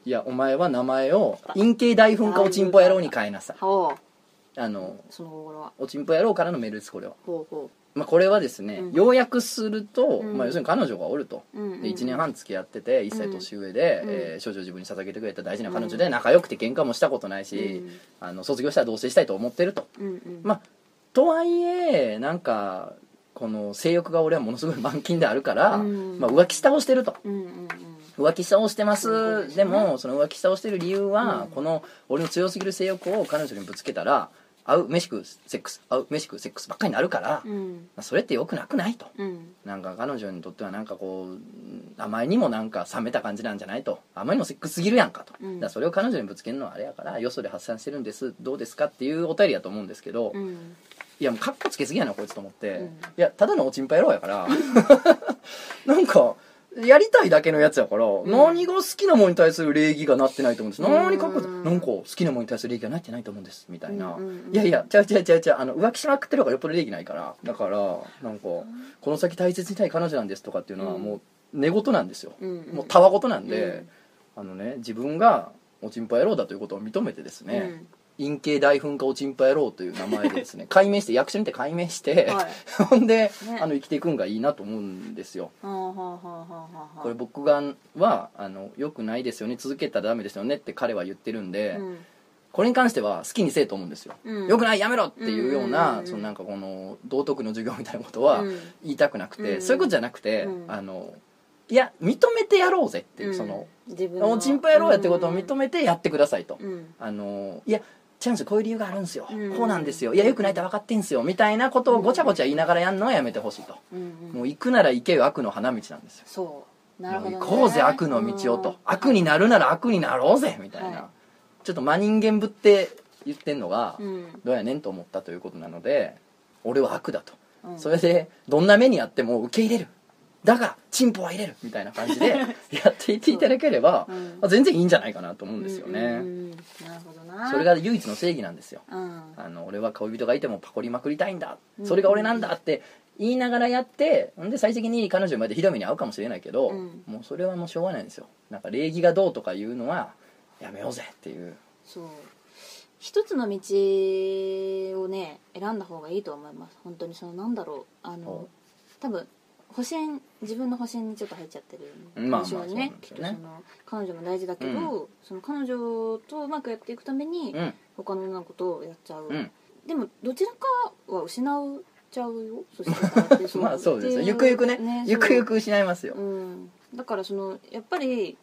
Speaker 1: いやお前は名前を陰茎大噴火おちんぽ野郎に変えなさい
Speaker 2: ほ
Speaker 1: あの
Speaker 2: うその心は
Speaker 1: おちんぽ野郎からのメールですこれは、
Speaker 2: ほうほ
Speaker 1: まあ、これはですね、
Speaker 2: うん
Speaker 1: 要約すると、
Speaker 2: うん
Speaker 1: まあ、要するに彼女がおると、
Speaker 2: ううんうん
Speaker 1: で1年半付き合ってて1歳年上で、
Speaker 2: うん
Speaker 1: えー少女を自分に捧げてくれた大事な彼女で仲良くて喧嘩もしたことないし、
Speaker 2: うん
Speaker 1: あの卒業したら同棲したいと思ってると
Speaker 2: うんうん
Speaker 1: まあとはいえなんかこの性欲が俺はものすごい満勤であるから、
Speaker 2: うん
Speaker 1: まあ、浮気下をしてると
Speaker 2: うんうんうん
Speaker 1: 浮気下をしてます
Speaker 2: そ
Speaker 1: で
Speaker 2: ういうことですね
Speaker 1: もその浮気下をしてる理由は、この俺の強すぎる性欲を彼女にぶつけたら会う飯食うセックス会う飯食うセックスばっかりになるから、ま
Speaker 2: うん
Speaker 1: あそれって良くなくないと。
Speaker 2: うん
Speaker 1: なんか彼女にとってはなんかこううんあまりにもなんか冷めた感じなんじゃないとあまりにもセックスすぎるやんかと、
Speaker 2: うん
Speaker 1: だからそれを彼女にぶつけるのはあれやからよそで発散してるんですどうですかっていうお便りだと思うんですけど、
Speaker 2: う
Speaker 1: い
Speaker 2: ん
Speaker 1: やもうカッコつけすぎやなこいつと思って、
Speaker 2: うん
Speaker 1: いやただのおちんぱ野郎やから なんかやりたいだけのやつやから、
Speaker 2: ん
Speaker 1: 何が好きなものに対する礼儀がなってないと思うんです、
Speaker 2: ん
Speaker 1: 何かっこつけなんか好きなものに対する礼儀がなってないと思うんですみたいな、
Speaker 2: うんうんうん
Speaker 1: いやいやちゃうちゃうちゃうちゃうあの浮気しまくってる方がよっぽど礼儀ないからだからなんか。この先大切にしたい彼女なんですとかっていうのは
Speaker 2: うん
Speaker 1: もう寝言なんですよ、
Speaker 2: うんうん
Speaker 1: もうたわごとなんで、あのね自分がおちんぱ野郎だということを認めてですね、陰茎大噴火おちんぱ野郎という名前でですね解明して役所にて解明して、
Speaker 2: は い
Speaker 1: ほんで、
Speaker 2: ね
Speaker 1: あの生きていくんがいいなと思うんですよ
Speaker 2: はあはあはあはあはあ
Speaker 1: これ僕がはあのよくないですよね続けたらダメですよねって彼は言ってるんで、
Speaker 2: うん
Speaker 1: これに関しては好きにせえと思うんですよ、
Speaker 2: うん
Speaker 1: よくないやめろっていうような、
Speaker 2: うんうんうんうん
Speaker 1: そのなんかこの道徳の授業みたいなことは
Speaker 2: うん
Speaker 1: 言いたくなくて、
Speaker 2: うん
Speaker 1: そういうことじゃなくて、
Speaker 2: うん
Speaker 1: あのいや認めてやろうぜっていう、
Speaker 2: うん
Speaker 1: その
Speaker 2: 自分
Speaker 1: もうチンポ野郎やってことを認めてやってくださいと、
Speaker 2: うん
Speaker 1: あのいやチャンスこういう理由があるんですよ、
Speaker 2: うん
Speaker 1: こうなんですよいやよくないって分かってんすよみたいなことをごちゃごちゃ言いながらやるのはやめてほしいと、
Speaker 2: うんうん
Speaker 1: もう行くなら行けよ悪の花道なんですよ
Speaker 2: そうなるほど、ね、
Speaker 1: もう行こうぜ悪の道をと、悪になるなら悪になろうぜみたいな、
Speaker 2: は
Speaker 1: ちょっと真人間ぶって言ってんのが、
Speaker 2: うん、
Speaker 1: どうやねんと思ったということなので俺は悪だと、
Speaker 2: うん
Speaker 1: それでどんな目にあっても受け入れるだがチンポは入れるみたいな感 じでやっていっていただければ、
Speaker 2: うん
Speaker 1: まあ全然いいんじゃないかなと思うんですよね、
Speaker 2: うんうんうんなるほどな
Speaker 1: それが唯一の正義なんですよ
Speaker 2: うん
Speaker 1: あの俺は恋人がいてもパコりまくりたいんだ
Speaker 2: うん
Speaker 1: それが俺なんだって言いながらやってんで最終的に彼女までひどい目に遭うかもしれないけど、
Speaker 2: うん
Speaker 1: もうそれはもうしょうがないんですよなんか礼儀がどうとかいうのはやめようぜっていう
Speaker 2: そう一つの道をね選んだ方がいいと思います本当にそのなんだろうあ
Speaker 1: お
Speaker 2: の多分保身自分の保身にちょっと入っちゃってる
Speaker 1: まあまあ
Speaker 2: はねき
Speaker 1: そ
Speaker 2: っ
Speaker 1: う
Speaker 2: と
Speaker 1: なんですよね
Speaker 2: その彼女も大事だけど、その彼女とうまくやっていくために
Speaker 1: うん
Speaker 2: 他の女の子とやっちゃう、
Speaker 1: うん
Speaker 2: でもどちらかは失うちゃうよ そしたらってそ
Speaker 1: まあそうですよ
Speaker 2: ってい
Speaker 1: ゆくゆくねゆくゆく失いますよ、
Speaker 2: うん、だからそのやっぱり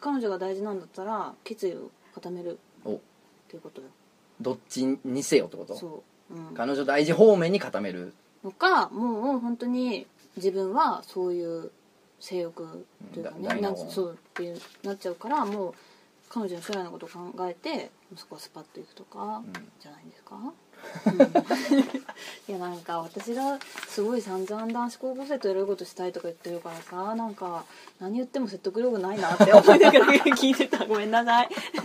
Speaker 2: 彼女が大事なんだったら決意を固める
Speaker 1: お
Speaker 2: っていうことよ
Speaker 1: どっちにせよってこと
Speaker 2: そう、うん、
Speaker 1: 彼女大事方面に固める
Speaker 2: のかもう本当に自分はそういう性欲というか
Speaker 1: うん
Speaker 2: ね
Speaker 1: だ
Speaker 2: な
Speaker 1: 大の
Speaker 2: そうっていうなっちゃうからもう彼女の将来のことを考えてそこはスパッといくとか
Speaker 1: うん
Speaker 2: じゃないんですか、うん いやなんか私がすごい散々男子高校生とやることしたいとか言ってるからさなんか何言っても説得力ないなって思いながら聞いてたごめんなさい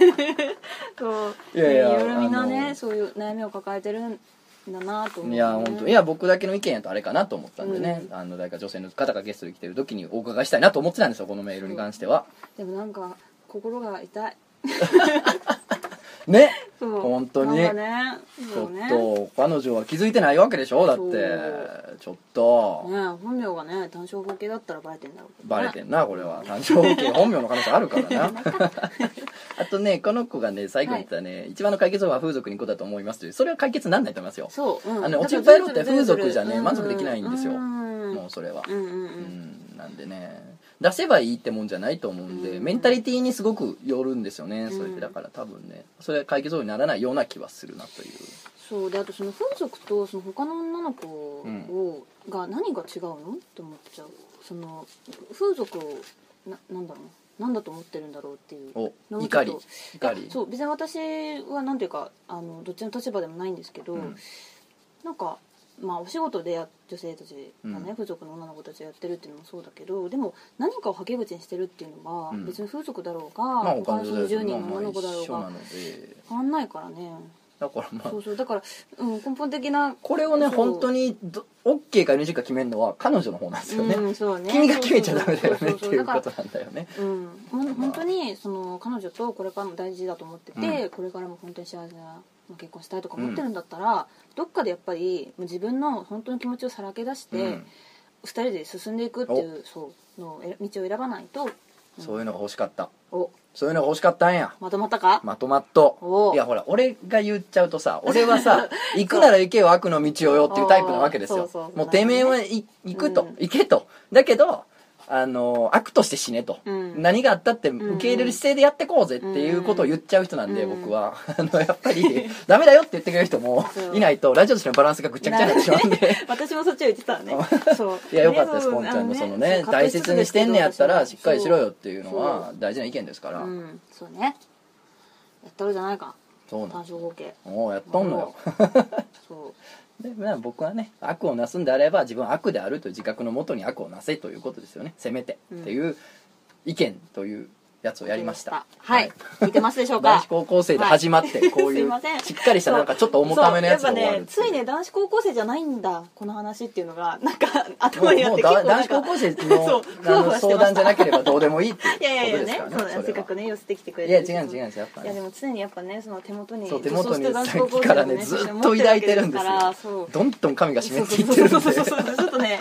Speaker 2: そう
Speaker 1: いやいや
Speaker 2: ねろいろみんな
Speaker 1: あ
Speaker 2: ね
Speaker 1: の
Speaker 2: そういう悩みを抱えてるんだなと思う、
Speaker 1: いや本当い
Speaker 2: や
Speaker 1: や僕だけの意見やとあれかなと思ったんでね、
Speaker 2: うん
Speaker 1: あの誰か女性の方がゲストで来てる時にお伺いしたいなと思ってたんですよこのメールに関しては、
Speaker 2: でもなんか心が痛い
Speaker 1: ね
Speaker 2: そう
Speaker 1: 本当に
Speaker 2: なんかね
Speaker 1: ち
Speaker 2: そ
Speaker 1: ょ
Speaker 2: うね
Speaker 1: っと彼女は気づいてないわけでしょだってちょっと、
Speaker 2: ね本名がね単勝合計だったらバレてんだろうけど
Speaker 1: バ
Speaker 2: ね
Speaker 1: レてんなこれは誕生日本名の可能性あるからなあとねこの子がね最後に言ったね、一番の解決法は風俗に行こうだと思いますというそれは解決になんないと思いますよ
Speaker 2: そう、うん
Speaker 1: あのね
Speaker 2: だから
Speaker 1: おちんぱい野郎って
Speaker 2: ずるずる
Speaker 1: 風俗じゃね
Speaker 2: ずるずる
Speaker 1: 満足できないんですよ
Speaker 2: うん
Speaker 1: もうそれは、
Speaker 2: うんうんう
Speaker 1: うんん、なんでね出せばいいってもんじゃないと思うんで、
Speaker 2: うん
Speaker 1: メンタリティにすごくよるんですよね、
Speaker 2: うん
Speaker 1: それでだから多分ねそれは解決法にならないような気はするなという
Speaker 2: そうであとその風俗とその他の女の子を、が何が違うのって思っちゃうその風俗をななんだろうななんだと思ってるんだろうっていう
Speaker 1: お
Speaker 2: のをち
Speaker 1: 怒
Speaker 2: ょっ
Speaker 1: り
Speaker 2: と
Speaker 1: 怒り
Speaker 2: そう別に私はなんていうかあのどっちの立場でもないんですけど、
Speaker 1: うん
Speaker 2: なんか、まあ、お仕事でや女性たちがね、
Speaker 1: うん
Speaker 2: 風俗の女の子たちがやってるっていうのもそうだけどでも何かをはけ口にしてるっていうのが、
Speaker 1: うん
Speaker 2: 別に風俗だろうが、
Speaker 1: まあ
Speaker 2: 他
Speaker 1: 他の
Speaker 2: のそ
Speaker 1: 女
Speaker 2: の
Speaker 1: 性
Speaker 2: 10
Speaker 1: と
Speaker 2: 人
Speaker 1: まあ
Speaker 2: の
Speaker 1: まあ
Speaker 2: 女の子だろ
Speaker 1: 一
Speaker 2: う
Speaker 1: 緒な
Speaker 2: が
Speaker 1: ので
Speaker 2: 変わんないからね
Speaker 1: だからまあ
Speaker 2: そうそうだから、うん、根本的な
Speaker 1: これをね
Speaker 2: そう
Speaker 1: 本当にど OK か NG か決めるのは彼女の方なんですよね,、
Speaker 2: うんそうね
Speaker 1: 君が決めちゃダメだよ
Speaker 2: そ
Speaker 1: ねっ
Speaker 2: そ
Speaker 1: て
Speaker 2: そ
Speaker 1: いう
Speaker 2: だ
Speaker 1: こ
Speaker 2: か
Speaker 1: となんだよね
Speaker 2: らうんほん本当にその彼女とこれからも大事だと思ってて、
Speaker 1: う
Speaker 2: これからも本当に幸せなまあ結婚したいとか思ってるんだったら、どっかでやっぱりもう自分の本当の気持ちをさらけ出して、
Speaker 1: う
Speaker 2: 二
Speaker 1: ん
Speaker 2: 人で進んでいくっていうそうのをえ道を選ばないと、うん
Speaker 1: そういうのが欲しかった
Speaker 2: お
Speaker 1: そういうのが欲しかったんや
Speaker 2: まとまったか、
Speaker 1: まとまっと
Speaker 2: お
Speaker 1: いやほら俺が言っちゃうとさ俺は さ行くなら行けよ悪の道をよっていうタイプなわけです
Speaker 2: そ
Speaker 1: よ
Speaker 2: うそうそう
Speaker 1: もうてめえはい行くと、
Speaker 2: うん
Speaker 1: 行けとだけどあの悪として死ねと、
Speaker 2: うん
Speaker 1: 何があったって
Speaker 2: ん
Speaker 1: 受け入れる姿勢でやってこうぜっていうことを言っちゃう人なんで、
Speaker 2: うん
Speaker 1: 僕は あのやっぱ りダメだよって言ってくれる人も
Speaker 2: そう
Speaker 1: いないとラジオとしてのバランスがぐっちゃぐちゃになってしま うんで
Speaker 2: 私もそっちを言って たねそう
Speaker 1: い
Speaker 2: い
Speaker 1: やよかったですポンちゃんのそのね大切にしてんねやったらしっかりしろよっていうのは大事な意見ですから
Speaker 2: う
Speaker 1: そう,、
Speaker 2: んそうねやったろじゃないか
Speaker 1: な
Speaker 2: 単
Speaker 1: ん
Speaker 2: 勝合計
Speaker 1: おうやっとんのよ
Speaker 2: そ
Speaker 1: でまあ僕はね悪をなすんであれば自分は悪であるという自覚のもとに悪をなせということですよねせめて、
Speaker 2: うん
Speaker 1: っていう意見というやつを
Speaker 2: う
Speaker 1: やりました
Speaker 2: はい聞いてますでしょう
Speaker 1: 男
Speaker 2: か
Speaker 1: 子高校生で始まってこうい
Speaker 2: すいうません
Speaker 1: しっかりしたなんかちょっと重ためのやつが
Speaker 2: そう
Speaker 1: 終
Speaker 2: や
Speaker 1: わ
Speaker 2: っぱ
Speaker 1: る
Speaker 2: ね
Speaker 1: って
Speaker 2: つ
Speaker 1: いう
Speaker 2: いね男子高校生じゃないんだこの話っていうのがなんか
Speaker 1: も
Speaker 2: 頭に
Speaker 1: う
Speaker 2: あ
Speaker 1: も
Speaker 2: っ
Speaker 1: う
Speaker 2: て
Speaker 1: だ
Speaker 2: 結構なん
Speaker 1: 男子
Speaker 2: か
Speaker 1: 高校生
Speaker 2: そう
Speaker 1: の
Speaker 2: ふ
Speaker 1: あ
Speaker 2: わふわ
Speaker 1: の
Speaker 2: してました
Speaker 1: 相談じゃなければどうでもいいっていう
Speaker 2: いやい
Speaker 1: こ
Speaker 2: や
Speaker 1: と
Speaker 2: い
Speaker 1: です
Speaker 2: や
Speaker 1: から
Speaker 2: ね
Speaker 1: ねそ
Speaker 2: そうだせ
Speaker 1: れ
Speaker 2: っか
Speaker 1: は
Speaker 2: くね寄せてきてくれ
Speaker 1: い
Speaker 2: て
Speaker 1: や違
Speaker 2: る
Speaker 1: う違う違うやっぱ
Speaker 2: いやで
Speaker 1: ね
Speaker 2: も常にやっぱねその手元に
Speaker 1: そう手元に
Speaker 2: 女装して男子高校生を
Speaker 1: さっきからねずっと
Speaker 2: 持るわけ
Speaker 1: 抱いてるんですよ
Speaker 2: からそう
Speaker 1: どんどん髪が湿
Speaker 2: そう
Speaker 1: って
Speaker 2: そ
Speaker 1: いっ
Speaker 2: う
Speaker 1: てるんで
Speaker 2: そうそうそうそうちょっとね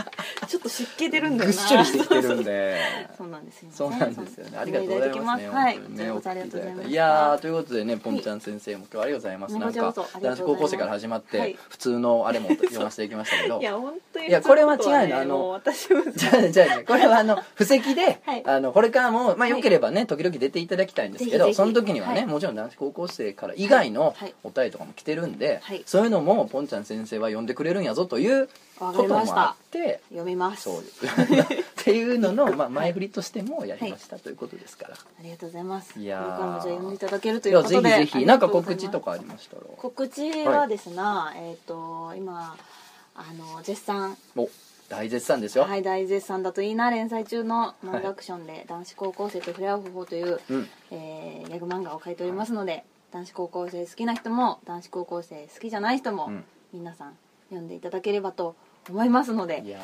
Speaker 2: ちょっと
Speaker 3: 湿気出るんだ
Speaker 1: ぐ
Speaker 3: よ
Speaker 1: っ
Speaker 3: な
Speaker 1: しょりしてきてるんで
Speaker 3: そうなんですよね
Speaker 1: そうなんですよねありがとうございますね
Speaker 2: はい
Speaker 1: 本当に
Speaker 2: こ
Speaker 1: ね
Speaker 2: ちらこそありがとうございました
Speaker 1: いやーということでねぽんちゃん先生も今日はありがとうございます
Speaker 2: はい
Speaker 1: なん
Speaker 2: こちら
Speaker 1: か
Speaker 2: こそありが
Speaker 1: 男
Speaker 2: と
Speaker 1: 子
Speaker 2: うご
Speaker 1: 高
Speaker 2: ざいます
Speaker 1: 校生から始まっ
Speaker 3: は
Speaker 1: て
Speaker 3: い
Speaker 1: 普通のあれも読ませていきましたけど
Speaker 3: いや本当に
Speaker 1: いやこれは違うの
Speaker 3: ね
Speaker 1: あの
Speaker 3: もう私も
Speaker 1: じゃあねじゃあねこれは あの布石で、
Speaker 2: はい
Speaker 1: あのこれからもまあ良ければね時々出ていただきたいんですけど
Speaker 2: ぜひぜひ
Speaker 1: その時にはね、
Speaker 2: はい
Speaker 1: もちろん男子高校生から以外の
Speaker 2: はい
Speaker 1: お便りとかも来てるんで、
Speaker 2: はい
Speaker 1: そういうのもぽんちゃん先生は呼んでくれるんやぞというこ
Speaker 2: わか
Speaker 1: と
Speaker 2: り
Speaker 1: も
Speaker 2: まし
Speaker 1: あ
Speaker 2: た
Speaker 1: って
Speaker 2: 読みます
Speaker 1: そう っていうののまあ前振りとしてもやりましたということですから、
Speaker 2: ありがとうございます
Speaker 1: いやー
Speaker 2: これからもじゃあ読んでいただけると
Speaker 1: い
Speaker 2: いう
Speaker 1: や
Speaker 2: こと
Speaker 1: ぜ
Speaker 2: で
Speaker 1: ひぜ
Speaker 2: あ
Speaker 1: ひ
Speaker 2: り
Speaker 1: な
Speaker 2: が
Speaker 1: んか
Speaker 2: うござい
Speaker 1: 告
Speaker 2: ます
Speaker 1: 知とかありましたら
Speaker 2: 告知はですね、えっ、と今あの絶賛
Speaker 1: お大絶賛ですよ、
Speaker 2: はい大絶賛だといいな連載中の漫画アクションで、男子高校生と触れ合う方法という、
Speaker 1: うん
Speaker 2: えーギャグ漫画を描いておりますので、男子高校生好きな人も男子高校生好きじゃない人も、
Speaker 1: うん
Speaker 2: 皆さん読んでいただければと思いますので
Speaker 1: いやー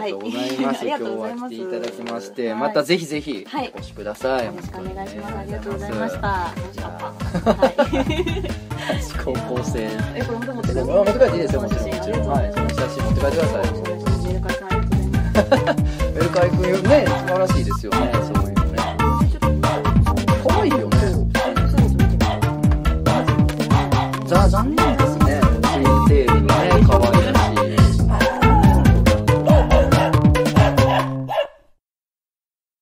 Speaker 1: ありがとうござい ます、
Speaker 2: はい
Speaker 1: 今日は来ていただきまして、
Speaker 2: はい
Speaker 1: またぜひぜひ
Speaker 2: はい
Speaker 1: お越しください、
Speaker 2: よろしくお願いします、
Speaker 1: 本当にね
Speaker 2: ありがとうございました楽しかった
Speaker 1: 高校生
Speaker 2: はいえこれも持って帰って
Speaker 1: 持って帰っていいですよ
Speaker 2: こ
Speaker 1: も
Speaker 2: の
Speaker 1: ち
Speaker 2: 写
Speaker 1: ろん
Speaker 2: 真
Speaker 1: も
Speaker 2: あ
Speaker 1: ち
Speaker 2: り
Speaker 1: ろ
Speaker 2: がと
Speaker 1: んは
Speaker 2: うござ
Speaker 1: いいその
Speaker 2: ます
Speaker 1: 写真持って帰ってください
Speaker 2: メルカリさんありがとうございます
Speaker 1: メルカリ君ね素晴らしいですよね